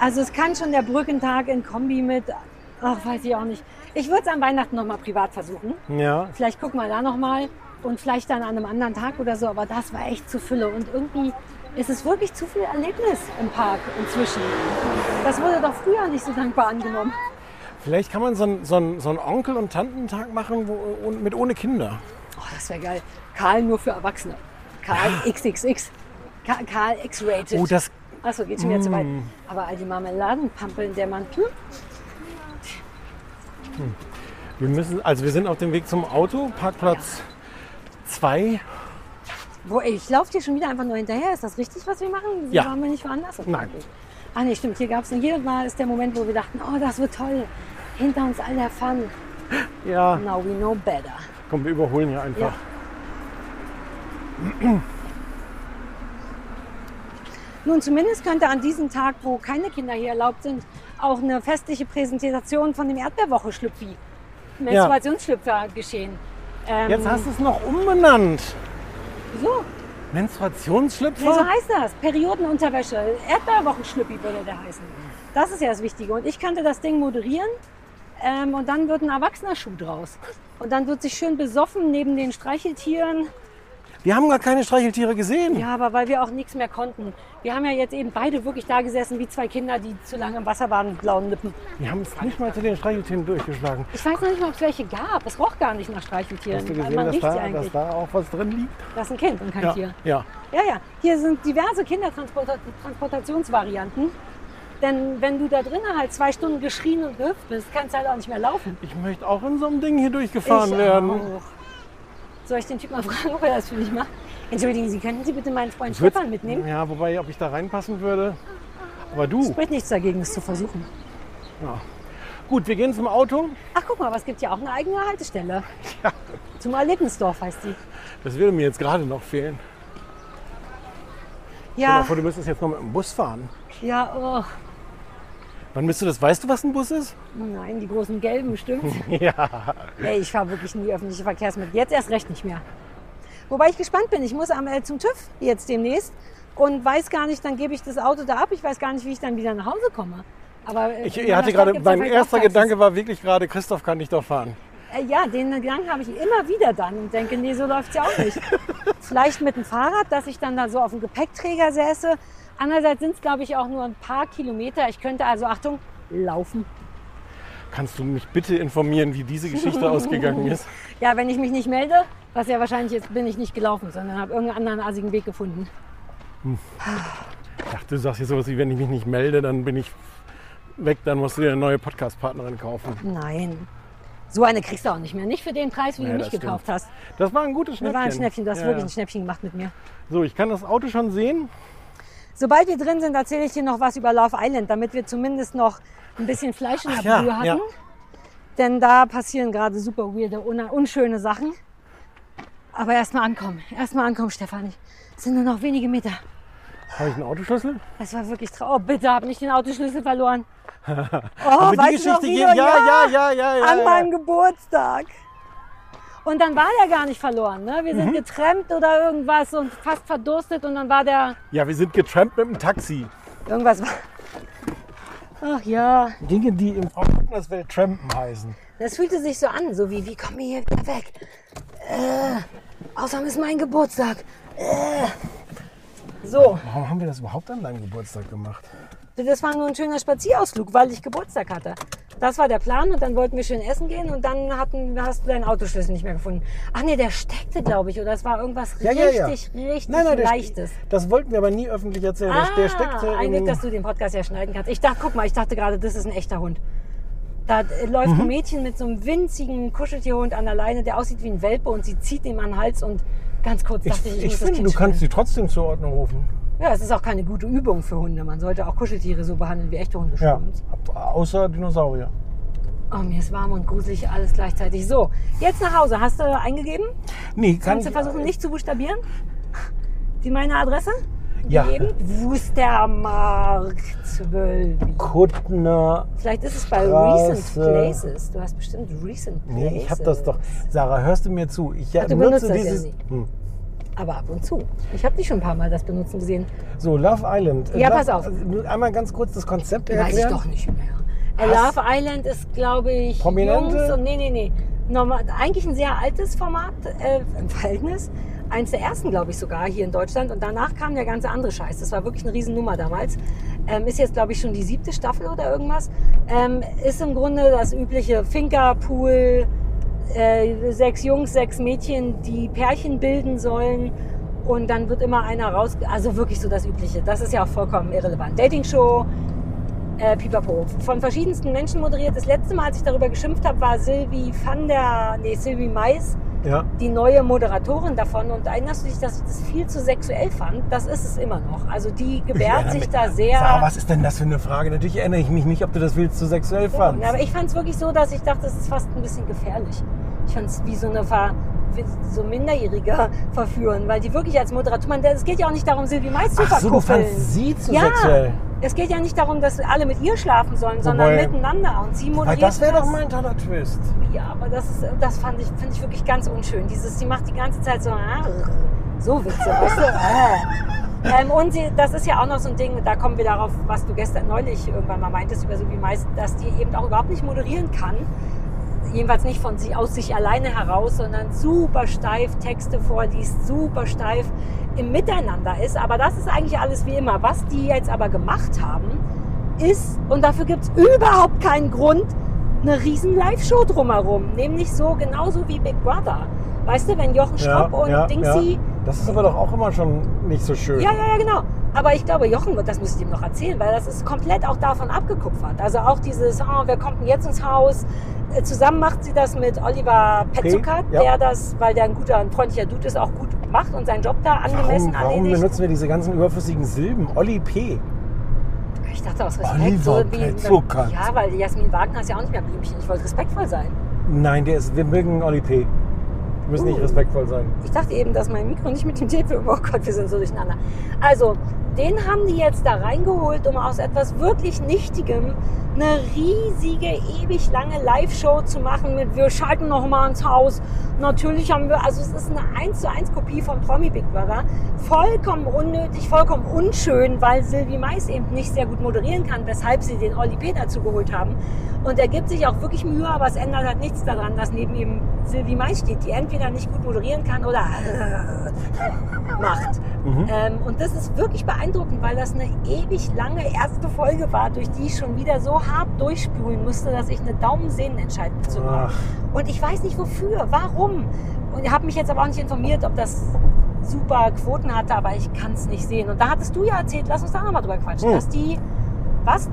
Speaker 2: Also es kann schon der Brückentag in Kombi mit, ach, weiß ich auch nicht. Ich würde es an Weihnachten nochmal privat versuchen.
Speaker 1: Ja,
Speaker 2: Vielleicht gucken wir da nochmal und vielleicht dann an einem anderen Tag oder so. Aber das war echt zu Fülle. Und irgendwie ist es wirklich zu viel Erlebnis im Park inzwischen. Das wurde doch früher nicht so dankbar angenommen.
Speaker 1: vielleicht kann man so einen so einen- so einen Onkel- und Tantentag machen wo, und mit ohne Kinder.
Speaker 2: Oh, das wäre geil. Karl nur für Erwachsene. Karl XXX. Ka Karl X-Rated.
Speaker 1: Ah. Oh, das, Mm.
Speaker 2: Achso, geht schon wieder zu weit. Aber all die Marmeladenpampe in der man... Hm?
Speaker 1: wir müssen, also wir sind auf dem Weg zum Auto, Parkplatz 2.
Speaker 2: Wo, ey, ich laufe dir schon wieder einfach nur hinterher. Ist das richtig, was wir machen?
Speaker 1: Ja.
Speaker 2: Waren wir nicht woanders?
Speaker 1: Nein.
Speaker 2: Ah nee, stimmt. Hier gab es jedes Mal ist der Moment, wo wir dachten, oh, das wird toll. Hinter uns all der Fun.
Speaker 1: Ja,
Speaker 2: Now we know better.
Speaker 1: komm, wir überholen hier einfach.
Speaker 2: Ja. Nun, zumindest könnte an diesem Tag, wo keine Kinder hier erlaubt sind, auch eine festliche Präsentation von dem Erdbeerwoche-Schlüpfi, Menstruationsschlüpfer geschehen. Ähm,
Speaker 1: Jetzt hast du es noch umbenannt.
Speaker 2: so, nee, so
Speaker 1: Menstruationsschlüpfer?
Speaker 2: heißt das. Periodenunterwäsche. Erdbeerwochenschlüppi würde der heißen. Das ist ja das Wichtige. Und ich könnte das Ding moderieren ähm, und dann wird ein Erwachsener-Schuh draus. Und dann wird sich schön besoffen neben den Streicheltieren.
Speaker 1: Wir haben gar keine Streicheltiere gesehen.
Speaker 2: Ja, aber weil wir auch nichts mehr konnten. Wir haben ja jetzt eben beide wirklich da gesessen wie zwei Kinder, die zu lange im Wasser waren mit blauen Lippen.
Speaker 1: Wir haben es nicht mal zu den Streicheltieren durchgeschlagen.
Speaker 2: Ich weiß noch nicht mal, ob es welche gab. Es roch gar nicht nach Streicheltieren.
Speaker 1: Hast du
Speaker 2: weil
Speaker 1: gesehen,
Speaker 2: man
Speaker 1: dass
Speaker 2: riecht sie
Speaker 1: da, dass
Speaker 2: eigentlich. Halt
Speaker 1: da auch was drin liegt?
Speaker 2: Das ist ein Kind und kein Tier.
Speaker 1: ja.
Speaker 2: Ja, ja. Hier sind diverse Kindertransportationsvarianten. Denn wenn du da drinnen halt zwei Stunden geschrien und gehüpft bist, kannst du halt auch nicht mehr laufen.
Speaker 1: Ich möchte auch in so einem Ding hier durchgefahren
Speaker 2: Ich
Speaker 1: werden.
Speaker 2: auch. Soll ich den Typ mal (laughs) fragen, ob er das für mich macht? Entschuldigen Sie, könnten Sie bitte meinen Freund
Speaker 1: Ich würd-
Speaker 2: Stefan mitnehmen?
Speaker 1: Ja, wobei, ob ich da reinpassen würde. Aber du.
Speaker 2: Spricht nichts dagegen, es zu versuchen.
Speaker 1: Gut, wir gehen zum Auto.
Speaker 2: Ach, guck mal, aber es gibt ja auch eine eigene Haltestelle. Ja. Zum Erlebnisdorf heißt die.
Speaker 1: Das würde mir jetzt gerade noch fehlen. Stell dir
Speaker 2: Ja,
Speaker 1: mal vor, du müsstest jetzt noch mit dem Bus fahren.
Speaker 2: ja,
Speaker 1: Wann bist du das? Weißt du, was ein Bus ist?
Speaker 2: oh. Nein, die großen gelben, stimmt.
Speaker 1: (laughs) Ja.
Speaker 2: Ey, ich fahre wirklich nie öffentliche Verkehrsmittel. Jetzt erst recht nicht mehr. Wobei ich gespannt bin. Ich muss am, äh, zum TÜV jetzt demnächst und weiß gar nicht, dann gebe ich das Auto da ab. Ich weiß gar nicht, wie ich dann wieder nach Hause komme. Aber äh,
Speaker 1: Ich,
Speaker 2: in
Speaker 1: ich
Speaker 2: meiner
Speaker 1: hatte
Speaker 2: Stadt
Speaker 1: gerade,
Speaker 2: gibt's ja
Speaker 1: mein
Speaker 2: vielleicht
Speaker 1: erster
Speaker 2: auch Taxis.
Speaker 1: Gedanke war wirklich gerade, Christoph kann nicht doch fahren.
Speaker 2: Äh, ja, den Gedanken habe ich immer wieder dann und denke, nee, so läuft's ja auch
Speaker 1: (laughs)
Speaker 2: nicht. Vielleicht mit dem Fahrrad, dass ich dann da so auf dem Gepäckträger säße. Andererseits sind es, glaube ich, auch nur ein paar Kilometer. Ich könnte also, Achtung, laufen.
Speaker 1: Kannst du mich bitte informieren, wie diese
Speaker 2: (laughs)
Speaker 1: Geschichte ausgegangen ist?
Speaker 2: Ja, wenn ich mich nicht melde, was ja wahrscheinlich jetzt bin ich nicht gelaufen, sondern habe irgendeinen anderen assigen Weg gefunden.
Speaker 1: Ich dachte, du sagst jetzt sowas wie, wenn ich mich nicht melde, dann bin ich weg, dann musst du dir eine neue Podcast-Partnerin kaufen.
Speaker 2: Nein. So eine kriegst du auch nicht mehr. Nicht für den Preis, wie
Speaker 1: Ja,
Speaker 2: du
Speaker 1: das
Speaker 2: mich
Speaker 1: stimmt.
Speaker 2: gekauft hast.
Speaker 1: Das war ein gutes
Speaker 2: Das
Speaker 1: Schnäppchen.
Speaker 2: war ein Schnäppchen. Du hast
Speaker 1: Ja,
Speaker 2: wirklich
Speaker 1: ja.
Speaker 2: ein Schnäppchen gemacht mit mir.
Speaker 1: So, ich kann das Auto schon sehen.
Speaker 2: Sobald wir drin sind, erzähle ich dir noch was über Love Island, damit wir zumindest noch ein bisschen Fleisch in der
Speaker 1: ja,
Speaker 2: Brühe hatten.
Speaker 1: ja.
Speaker 2: Denn da passieren gerade super weirde, un unschöne Sachen. Aber erstmal ankommen. Erstmal ankommen, Stefanie. Es sind nur noch wenige Meter.
Speaker 1: Habe ich einen Autoschlüssel?
Speaker 2: Das war wirklich traurig. Oh, bitte, hab nicht den Autoschlüssel
Speaker 1: (laughs)
Speaker 2: verloren. Oh,
Speaker 1: Haben wir die
Speaker 2: weißt du noch,
Speaker 1: Geschichte
Speaker 2: wie
Speaker 1: hier?
Speaker 2: du-
Speaker 1: Ja, ja, ja, ja, ja,
Speaker 2: An
Speaker 1: ja.
Speaker 2: meinem Geburtstag. Und dann war der gar nicht verloren. Ne? Wir
Speaker 1: Mhm.
Speaker 2: sind getrennt oder irgendwas und fast verdurstet und dann war der.
Speaker 1: Ja, wir sind getrampt mit dem Taxi.
Speaker 2: Irgendwas war. (laughs) Ach ja.
Speaker 1: Dinge, die im Frau Kuckners Welt Trampen heißen.
Speaker 2: Das fühlte sich so an, so wie, wie kommen wir hier wieder weg? Äh, außerdem ist mein Geburtstag. Äh. So,
Speaker 1: Warum haben wir das überhaupt an deinem Geburtstag gemacht?
Speaker 2: das war nur ein schöner Spazierausflug, weil ich Geburtstag hatte. Das war der Plan und dann wollten wir schön essen gehen und dann hatten, hast du deinen Autoschlüssel nicht mehr gefunden. Ach nee, der steckte, glaube ich, oder es war irgendwas
Speaker 1: Ja, ja, ja.
Speaker 2: richtig, richtig
Speaker 1: der-
Speaker 2: leichtes. Ah,
Speaker 1: Das wollten wir aber nie öffentlich erzählen. Der- der steckte
Speaker 2: ein Glück,
Speaker 1: in,
Speaker 2: dass du den Podcast ja schneiden kannst. Ich dachte, guck mal, ich dachte gerade, das ist ein echter Hund. Da äh, läuft
Speaker 1: Mhm.
Speaker 2: ein Mädchen mit so einem winzigen Kuscheltierhund an der Leine, der aussieht wie ein Welpe und sie zieht ihm an den Hals und ganz kurz
Speaker 1: ich,
Speaker 2: dachte ich, ich,
Speaker 1: ich
Speaker 2: muss das
Speaker 1: finde,
Speaker 2: Kind
Speaker 1: du kannst
Speaker 2: schütteln.
Speaker 1: sie trotzdem zur Ordnung rufen.
Speaker 2: Ja, es ist auch keine gute Übung für Hunde. Man sollte auch Kuscheltiere so behandeln wie echte Hunde.
Speaker 1: Ja,
Speaker 2: stimmt.
Speaker 1: ab- Hm? außer Dinosaurier.
Speaker 2: Oh, mir ist warm und gruselig alles gleichzeitig. So, jetzt nach Hause. Hast du eingegeben?
Speaker 1: Nee,
Speaker 2: Kannst du versuchen, nicht zu buchstabieren? Die meine Adresse?
Speaker 1: Ja.
Speaker 2: Gegeben? Wustermark 12.
Speaker 1: Kuttner.
Speaker 2: Vielleicht ist es bei
Speaker 1: Straße.
Speaker 2: Recent Places. Du hast bestimmt Recent Places.
Speaker 1: Nee, ich habe das doch. Sarah, hörst du mir zu? Ich ja,
Speaker 2: du
Speaker 1: nutze
Speaker 2: benutzt das ja
Speaker 1: dieses.
Speaker 2: nie.
Speaker 1: Hm.
Speaker 2: Aber ab und zu. Ich habe dich schon ein paar Mal das benutzen gesehen.
Speaker 1: So, Love Island.
Speaker 2: Ja,
Speaker 1: Love,
Speaker 2: pass auf.
Speaker 1: äh, Einmal ganz kurz das Konzept
Speaker 2: Weiß ich
Speaker 1: erklären.
Speaker 2: doch nicht mehr. Äh,
Speaker 1: Was?
Speaker 2: Love Island ist, glaube ich,
Speaker 1: Prominente?
Speaker 2: Jungs und nee, nee, nee. Normal, eigentlich ein sehr altes Format äh, im Verhältnis. Eins der ersten, glaube ich, sogar hier in Deutschland. Und danach kam der ganze andere Scheiß. Das war wirklich eine Riesennummer damals. Ähm, ist jetzt, glaube ich, schon die siebte Staffel oder irgendwas. Ähm, ist im Grunde das übliche Finkerpool, äh, sechs Jungs, sechs Mädchen, die Pärchen bilden sollen. Und dann wird immer einer raus... Also wirklich so das Übliche. Das ist ja auch vollkommen irrelevant. Dating-Show, äh, Pipapo. Von verschiedensten Menschen moderiert. Das letzte Mal, als ich darüber geschimpft habe, war Sylvie van der, nee, Sylvie Mais,
Speaker 1: Ja.
Speaker 2: die neue Moderatorin davon. Und erinnerst du dich, dass ich das viel zu sexuell fand? Das ist es immer noch. Also die gebärt sich da sehr.
Speaker 1: Sarah, was ist denn das für eine Frage? Natürlich erinnere ich mich nicht, ob du das willst, zu sexuell fandst.
Speaker 2: Ja, aber ich fand es wirklich so, dass ich dachte, es ist fast ein bisschen gefährlich. Ich fand es wie so eine Ver wie so Minderjährige (laughs) verführen, weil die wirklich als Moderator, man, es geht ja auch nicht darum, Sylvie Mais zu
Speaker 1: Ach so, du
Speaker 2: verkuppeln.
Speaker 1: fandst sie zu
Speaker 2: ja,
Speaker 1: sexuell.
Speaker 2: es geht ja nicht darum, dass alle mit ihr schlafen sollen, sondern
Speaker 1: Wobei-
Speaker 2: miteinander. Und sie
Speaker 1: Weil
Speaker 2: moderiert
Speaker 1: das wäre doch mal ein toller Twist.
Speaker 2: Ja, aber das, ist, das fand ich, finde ich wirklich ganz unschön. Dieses, sie macht die ganze Zeit so, ah, so Witze, weißt du? ah. Ähm, und sie, das ist ja auch noch so ein Ding, da kommen wir darauf, was du gestern neulich irgendwann mal meintest, über so wie meist, dass die eben auch überhaupt nicht moderieren kann. Jedenfalls nicht von sich aus sich alleine heraus, sondern super steif Texte vorliest, super steif im Miteinander ist. Aber das ist eigentlich alles wie immer. Was die jetzt aber gemacht haben, ist, und dafür gibt's überhaupt keinen Grund, eine riesen Live-Show drumherum. Nämlich so genauso wie Big Brother. Weißt du, wenn Jochen Schropp und Dingsy.
Speaker 1: ja. Das ist aber doch auch immer schon nicht so schön.
Speaker 2: Ja. ja, ja, genau. Aber ich glaube, Jochen wird, das muss ich ihm noch erzählen, weil das ist komplett auch davon abgekupfert. Also auch dieses, oh, wer kommt denn jetzt ins Haus? Äh, Zusammen macht sie das mit Oliver Petzokat,
Speaker 1: ja.
Speaker 2: der das, weil der ein guter, ein freundlicher Dude ist, auch gut macht und seinen Job da angemessen
Speaker 1: Warum, warum
Speaker 2: erledigt.
Speaker 1: benutzen wir diese ganzen überflüssigen Silben? Olli P.
Speaker 2: Ich dachte aus
Speaker 1: Oliver
Speaker 2: Respekt. So wie,
Speaker 1: Petzokat.
Speaker 2: ja, weil Jasmin Wagner ist ja auch nicht mehr Blümchen. Ich wollte respektvoll sein.
Speaker 1: Nein, der ist, wir mögen Olli P. Wir müssen
Speaker 2: Uh.
Speaker 1: nicht respektvoll sein.
Speaker 2: Ich dachte eben, dass mein Mikro nicht mit dem Teflon. Oh Gott, wir sind so durcheinander. Also, den haben die jetzt da reingeholt, um aus etwas wirklich Nichtigem eine riesige, ewig lange Live-Show zu machen mit Wir schalten noch mal ins Haus. Natürlich haben wir, also es ist eine 1 zu 1 Kopie von Promi Big Brother. Vollkommen unnötig, vollkommen unschön, weil Silvi Mais eben nicht sehr gut moderieren kann, weshalb sie den Olli P. dazu geholt haben. Und er gibt sich auch wirklich Mühe, aber es ändert halt nichts daran, dass neben ihm Silvi Mais steht, die entweder nicht gut moderieren kann oder macht. Ähm, und das ist wirklich beeindruckend, weil das eine ewig lange erste Folge war, durch die ich schon wieder so hart durchspülen musste, dass ich eine Daumensehnenentscheidung zu
Speaker 1: Ach.
Speaker 2: Und ich weiß nicht wofür, warum. Und ich habe mich jetzt aber auch nicht informiert, ob das super Quoten hatte, aber ich kann es nicht sehen. Und da hattest du ja erzählt, lass uns da nochmal drüber quatschen, dass die, was,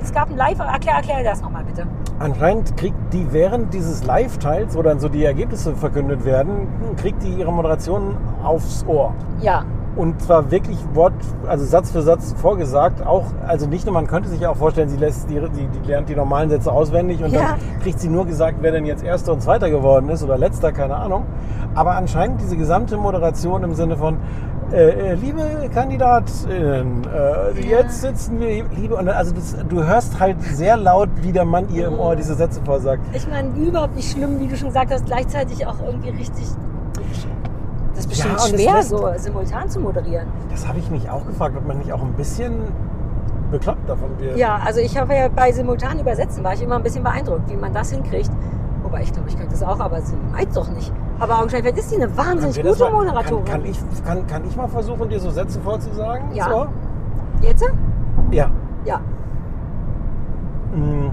Speaker 2: es gab ein Live, erklär, erklär das nochmal bitte.
Speaker 1: Anscheinend kriegt die während dieses Live-Teils, wo dann so die Ergebnisse verkündet werden, kriegt die ihre Moderation aufs Ohr.
Speaker 2: Ja,
Speaker 1: Und zwar wirklich Wort, also Satz für Satz vorgesagt. Auch, also nicht nur, man könnte sich ja auch vorstellen, sie lässt die, die, die lernt die normalen Sätze auswendig und
Speaker 2: Ja.
Speaker 1: dann kriegt sie nur gesagt, wer denn jetzt Erster und Zweiter geworden ist oder Letzter, keine Ahnung. Aber anscheinend diese gesamte Moderation im Sinne von, äh, äh, liebe KandidatInnen, äh, jetzt sitzen wir, liebe, und also das, du hörst halt sehr laut, wie der Mann ihr
Speaker 2: Mhm.
Speaker 1: im Ohr diese Sätze vorsagt.
Speaker 2: ich meine, überhaupt nicht schlimm, wie du schon gesagt hast, gleichzeitig auch irgendwie richtig. Das ist bestimmt
Speaker 1: Ja, und es
Speaker 2: schwer,
Speaker 1: lässt-
Speaker 2: so simultan zu moderieren.
Speaker 1: Das habe ich mich auch gefragt, ob man nicht auch ein bisschen bekloppt davon wird.
Speaker 2: Ja, also ich habe ja bei simultan übersetzen, war ich immer ein bisschen beeindruckt, wie man das hinkriegt. Wobei ich glaube, ich könnte das auch, aber sie meint doch nicht. Aber augenscheinlich ist sie eine
Speaker 1: Können
Speaker 2: wahnsinnig
Speaker 1: wir das
Speaker 2: gute
Speaker 1: mal-
Speaker 2: Moderatorin.
Speaker 1: Kann, kann, ich, kann, kann ich mal versuchen, dir so Sätze vorzusagen?
Speaker 2: Ja.
Speaker 1: So?
Speaker 2: Jetzt?
Speaker 1: Ja.
Speaker 2: Ja. (laughs)
Speaker 1: Mm.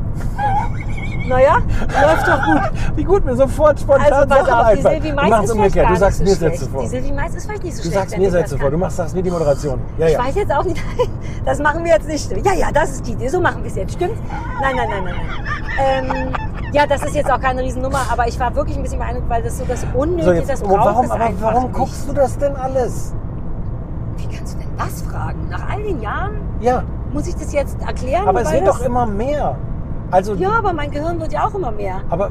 Speaker 2: Naja, läuft doch gut.
Speaker 1: (laughs) Wie gut mir sofort spontan
Speaker 2: Also pass
Speaker 1: Sachen
Speaker 2: auf, die
Speaker 1: einfallen.
Speaker 2: Silvi
Speaker 1: Du
Speaker 2: Mais
Speaker 1: machst
Speaker 2: ist vielleicht
Speaker 1: umgekehrt.
Speaker 2: gar
Speaker 1: Du sagst
Speaker 2: nicht
Speaker 1: mir
Speaker 2: so schlecht.
Speaker 1: Sätze vor.
Speaker 2: Die Silvi Mais ist vielleicht nicht so
Speaker 1: Du
Speaker 2: schlecht.
Speaker 1: sagst
Speaker 2: wenn
Speaker 1: mir
Speaker 2: sie das
Speaker 1: Sätze vor.
Speaker 2: kann.
Speaker 1: Du machst, sagst mir die Moderation. Ja,
Speaker 2: Ich
Speaker 1: ja.
Speaker 2: weiß jetzt auch nicht, (laughs) das machen wir jetzt nicht. Ja, ja, das ist die Idee, so machen wir es jetzt, stimmt? Nein, nein, nein, nein. nein. Ähm, ja, das ist jetzt auch keine Riesennummer, aber ich war wirklich ein bisschen beeindruckt, weil das so das Unnötige,
Speaker 1: So, jetzt,
Speaker 2: das braucht
Speaker 1: warum
Speaker 2: es
Speaker 1: aber
Speaker 2: einfach
Speaker 1: warum
Speaker 2: nicht.
Speaker 1: guckst du das denn alles?
Speaker 2: Wie kannst du denn das fragen? Nach all den Jahren
Speaker 1: Ja,
Speaker 2: muss ich das jetzt erklären?
Speaker 1: aber es
Speaker 2: weil
Speaker 1: wird
Speaker 2: das-
Speaker 1: doch immer mehr. Also,
Speaker 2: Ja, aber mein Gehirn wird ja auch immer mehr.
Speaker 1: aber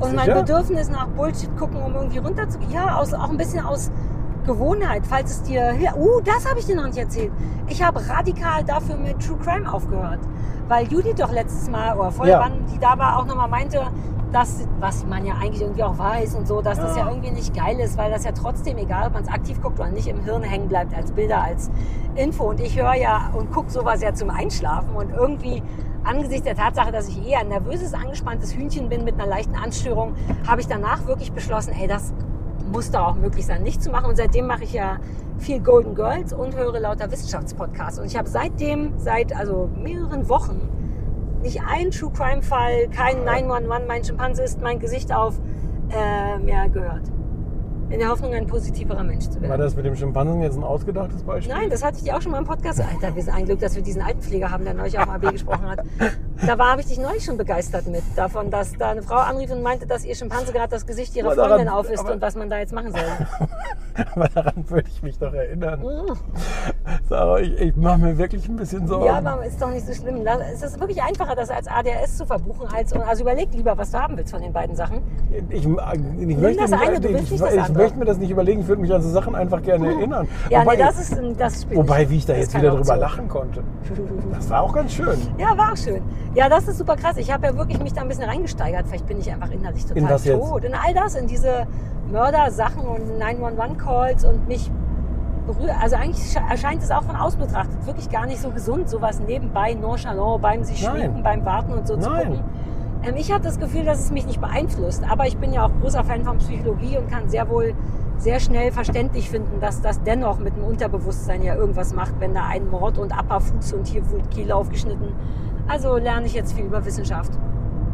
Speaker 2: Und mein
Speaker 1: Sicher?
Speaker 2: Bedürfnis nach Bullshit gucken, um irgendwie runterzugehen. Ja, aus, auch ein bisschen aus Gewohnheit, falls es dir hilft. Uh, das habe ich dir noch nicht erzählt. Ich habe radikal dafür mit True Crime aufgehehört. Weil Judith doch letztes Mal, oder vorher,
Speaker 1: Ja.
Speaker 2: wann die da war, auch nochmal meinte, dass, was man ja eigentlich irgendwie auch weiß und so, dass das ja irgendwie nicht geil ist, weil das ja trotzdem, egal ob man es aktiv guckt oder nicht, im Hirn hängen bleibt als Bilder, als Info. Und ich höre ja und gucke sowas ja zum Einschlafen und irgendwie angesichts der Tatsache, dass ich eher ein nervöses, angespanntes Hühnchen bin mit einer leichten Anstörung, habe ich danach wirklich beschlossen, ey, das muss da auch möglich sein, nicht zu machen. Und seitdem mache ich ja viel Golden Girls und höre lauter Wissenschaftspodcasts. Und ich habe seitdem, seit also mehreren Wochen, nicht einen True Crime Fall, kein 911, mein Schimpanse ist mein Gesicht auf, äh, mehr gehört. In der Hoffnung, ein positiverer Mensch zu
Speaker 1: war
Speaker 2: werden.
Speaker 1: das mit dem Schimpansen jetzt ein ausgedachtes Beispiel?
Speaker 2: Nein, das hatte ich dir auch schon mal im Podcast. Alter, wir sind ein Glück, dass wir diesen Altenpfleger haben, der neulich auf dem AB gesprochen hat. Da war, habe ich dich neulich schon begeistert mit davon, dass da eine Frau anrief und meinte, dass ihr Schimpanse gerade das Gesicht ihrer
Speaker 1: Aber daran-
Speaker 2: Freundin auf ist
Speaker 1: aber-
Speaker 2: und was man da jetzt machen soll.
Speaker 1: Aber (laughs) daran würde ich mich doch erinnern.
Speaker 2: Mhm.
Speaker 1: Sarah, ich, ich mache mir wirklich ein bisschen Sorgen.
Speaker 2: Ja, aber ist doch nicht so schlimm. Da- Es ist wirklich einfacher, das als ADHS zu verbuchen. Als, also überleg lieber, was du haben willst von den beiden Sachen.
Speaker 1: Ich, ich, möchte,
Speaker 2: das
Speaker 1: mich-
Speaker 2: eine, du
Speaker 1: ich,
Speaker 2: willst
Speaker 1: ich,
Speaker 2: nicht das andere. Mhm.
Speaker 1: möchte mir das nicht überlegen, ich würde mich an so Sachen einfach gerne erinnern.
Speaker 2: Ja,
Speaker 1: wobei,
Speaker 2: nee, das ist das Spiel.
Speaker 1: wobei, wie ich da
Speaker 2: Das
Speaker 1: jetzt
Speaker 2: kann
Speaker 1: wieder
Speaker 2: auch
Speaker 1: drüber
Speaker 2: so.
Speaker 1: lachen konnte. Das war auch ganz schön.
Speaker 2: (laughs) Ja, war auch schön. Ja, das ist super krass. Ich habe ja wirklich mich da ein bisschen reingesteigert. Vielleicht bin ich einfach innerlich total
Speaker 1: In was jetzt?
Speaker 2: tot. In all das, in diese Mördersachen und 911-Calls und mich berührt. Also eigentlich sche- erscheint es auch von außen betrachtet wirklich gar nicht so gesund, sowas nebenbei, nonchalant, beim sich
Speaker 1: Nein.
Speaker 2: schminken, beim Warten und so zu
Speaker 1: Nein.
Speaker 2: gucken. Ähm, ich habe das Gefühl, dass es mich nicht beeinflusst. Aber ich bin ja auch großer Fan von Psychologie und kann sehr wohl sehr schnell verständlich finden, dass das dennoch mit dem Unterbewusstsein ja irgendwas macht, wenn da ein Mord und Upper Fuß und hier wurde Kehle aufgeschnitten. Also lerne ich jetzt viel über Wissenschaft.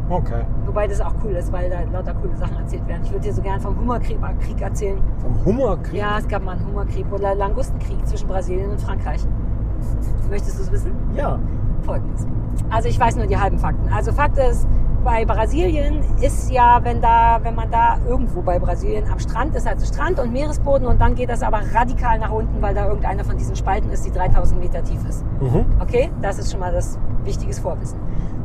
Speaker 1: Okay.
Speaker 2: Wobei das auch cool ist, weil da lauter coole Sachen erzählt werden. Ich würde dir so gern vom Hungerkrieg Krieg erzählen.
Speaker 1: Vom Hummerkrieg.
Speaker 2: Ja, es gab mal einen Hungerkrieg oder Langustenkrieg zwischen Brasilien und Frankreich. Möchtest du es wissen?
Speaker 1: Ja.
Speaker 2: Folgendes. Also ich weiß nur die halben Fakten. Also Fakt ist, bei Brasilien ist ja, wenn da, wenn man da irgendwo bei Brasilien am Strand ist, also Strand und Meeresboden und dann geht das aber radikal nach unten, weil da irgendeiner von diesen Spalten ist, die 3000 Meter tief ist. Okay, das ist schon mal das wichtiges Vorwissen.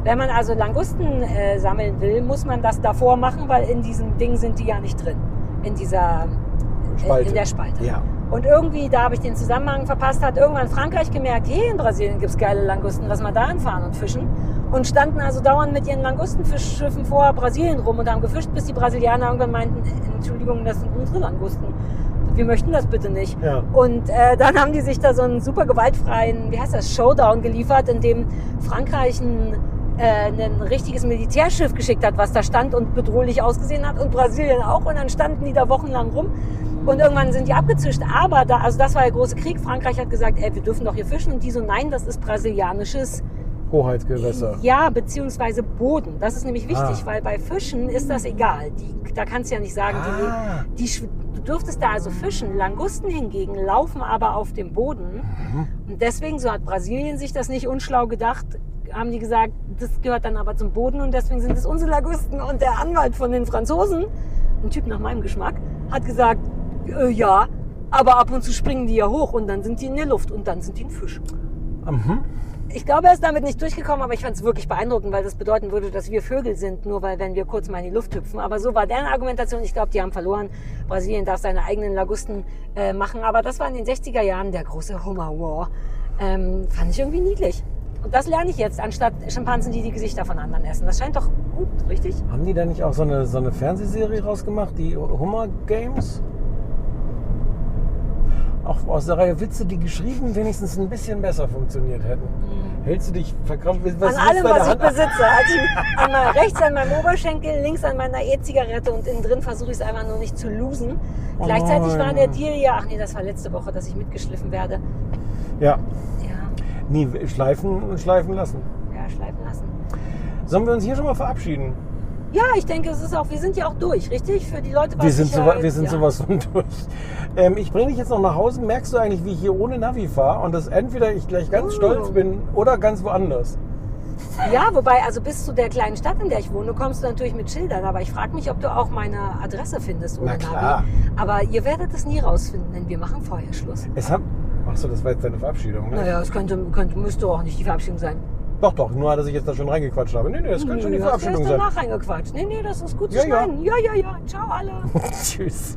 Speaker 2: Wenn man also Langusten äh, sammeln will, muss man das davor machen, weil in diesem Ding sind die ja nicht drin. in dieser
Speaker 1: Spalte.
Speaker 2: in der Spalte.
Speaker 1: Ja.
Speaker 2: Und irgendwie, da habe ich den Zusammenhang verpasst, hat irgendwann Frankreich gemerkt, hey, in Brasilien gibt es geile Langusten, lass mal da hinfahren und fischen. Und standen also dauernd mit ihren Langustenfischschiffen vor Brasilien rum und haben gefischt, bis die Brasilianer irgendwann meinten, "Äh, Entschuldigung, das sind unsere Langusten. Wir möchten das bitte nicht.
Speaker 1: Ja.
Speaker 2: Und äh, dann haben die sich da so einen super gewaltfreien, wie heißt das, Showdown geliefert, in dem Frankreich ein, äh, ein richtiges Militärschiff geschickt hat, was da stand und bedrohlich ausgesehen hat und Brasilien auch. Und dann standen die da wochenlang rum und irgendwann sind die abgezischt. Aber, da, also das war der große Krieg. Frankreich hat gesagt, ey, wir dürfen doch hier fischen. Und die so, nein, das ist brasilianisches
Speaker 1: Hoheitsgewässer. Ah.
Speaker 2: ja, beziehungsweise Boden. Das ist nämlich wichtig, weil bei Fischen ist das egal. Die, da kannst du ja nicht sagen,
Speaker 1: Ah.
Speaker 2: die, die, schw- du dürftest da also fischen. Langusten hingegen laufen aber auf dem Boden. Und deswegen, so hat Brasilien sich das nicht unschlau gedacht, haben die gesagt, das gehört dann aber zum Boden und deswegen sind es unsere Langusten. Und der Anwalt von den Franzosen, ein Typ nach meinem Geschmack, hat gesagt, äh, ja, aber ab und zu springen die ja hoch und dann sind die in der Luft und dann sind die ein Fisch. Ich glaube, er ist damit nicht durchgekommen, aber ich fand es wirklich beeindruckend, weil das bedeuten würde, dass wir Vögel sind, nur weil, wenn wir kurz mal in die Luft hüpfen. Aber so war deren Argumentation. Ich glaube, die haben verloren. Brasilien darf seine eigenen Lagusten äh, machen. Aber das war in den 60er Jahren der große Hummer War. Ähm, fand ich irgendwie niedlich. Und das lerne ich jetzt, anstatt Schimpansen, die die Gesichter von anderen essen. Das scheint doch gut, richtig?
Speaker 1: Haben die da nicht auch so eine, so eine Fernsehserie rausgemacht, die Hummer Games? Auch aus der Reihe Witze, die geschrieben wenigstens ein bisschen besser funktioniert hätten. Hältst du dich verkrampft? Was
Speaker 2: Mhm. an
Speaker 1: ist
Speaker 2: allem,
Speaker 1: deine
Speaker 2: was ich
Speaker 1: Hand?
Speaker 2: besitze. Also an meiner, rechts an meinem Oberschenkel, links an meiner E-Zigarette und innen drin versuche ich es einfach nur nicht zu losen.
Speaker 1: Oh
Speaker 2: Gleichzeitig war der Deal ja, ach nee, das war letzte Woche, dass ich mitgeschliffen werde.
Speaker 1: Ja,
Speaker 2: Ja,
Speaker 1: nie schleifen und schleifen lassen.
Speaker 2: ja schleifen lassen.
Speaker 1: Sollen wir uns hier schon mal verabschieden?
Speaker 2: Ja, ich denke, es ist auch, wir sind ja auch durch, richtig? Für die Leute war
Speaker 1: Wir
Speaker 2: es
Speaker 1: sind,
Speaker 2: sicher-
Speaker 1: so, wir sind
Speaker 2: halt- ja.
Speaker 1: sowas von durch. Ähm, ich bringe dich jetzt noch nach Hause. Merkst du eigentlich, wie ich hier ohne Navi fahre und dass entweder ich gleich ganz
Speaker 2: Oh.
Speaker 1: stolz bin oder ganz woanders?
Speaker 2: Ja, wobei, also bis zu der kleinen Stadt, in der ich wohne, kommst du natürlich mit Schildern. Aber ich frage mich, ob du auch meine Adresse findest. Ohne
Speaker 1: Na klar.
Speaker 2: Navi. Aber ihr werdet es nie rausfinden, denn wir machen vorher Schluss.
Speaker 1: Es hat. Achso, das war jetzt deine Verabschiedung, ne?
Speaker 2: Naja, es könnte, könnte, müsste auch nicht die Verabschiedung sein.
Speaker 1: Doch, doch, nur dass ich jetzt da schon reingequatscht habe. Nee, nee, das kann schon die
Speaker 2: Nö, hast du
Speaker 1: Verabschiedung
Speaker 2: erst
Speaker 1: sein.
Speaker 2: danach reingequatscht. Nee, nee, das ist gut zu
Speaker 1: Ja, ja.
Speaker 2: schneiden. Ja, ja, ja. Ciao alle.
Speaker 1: Tschüss.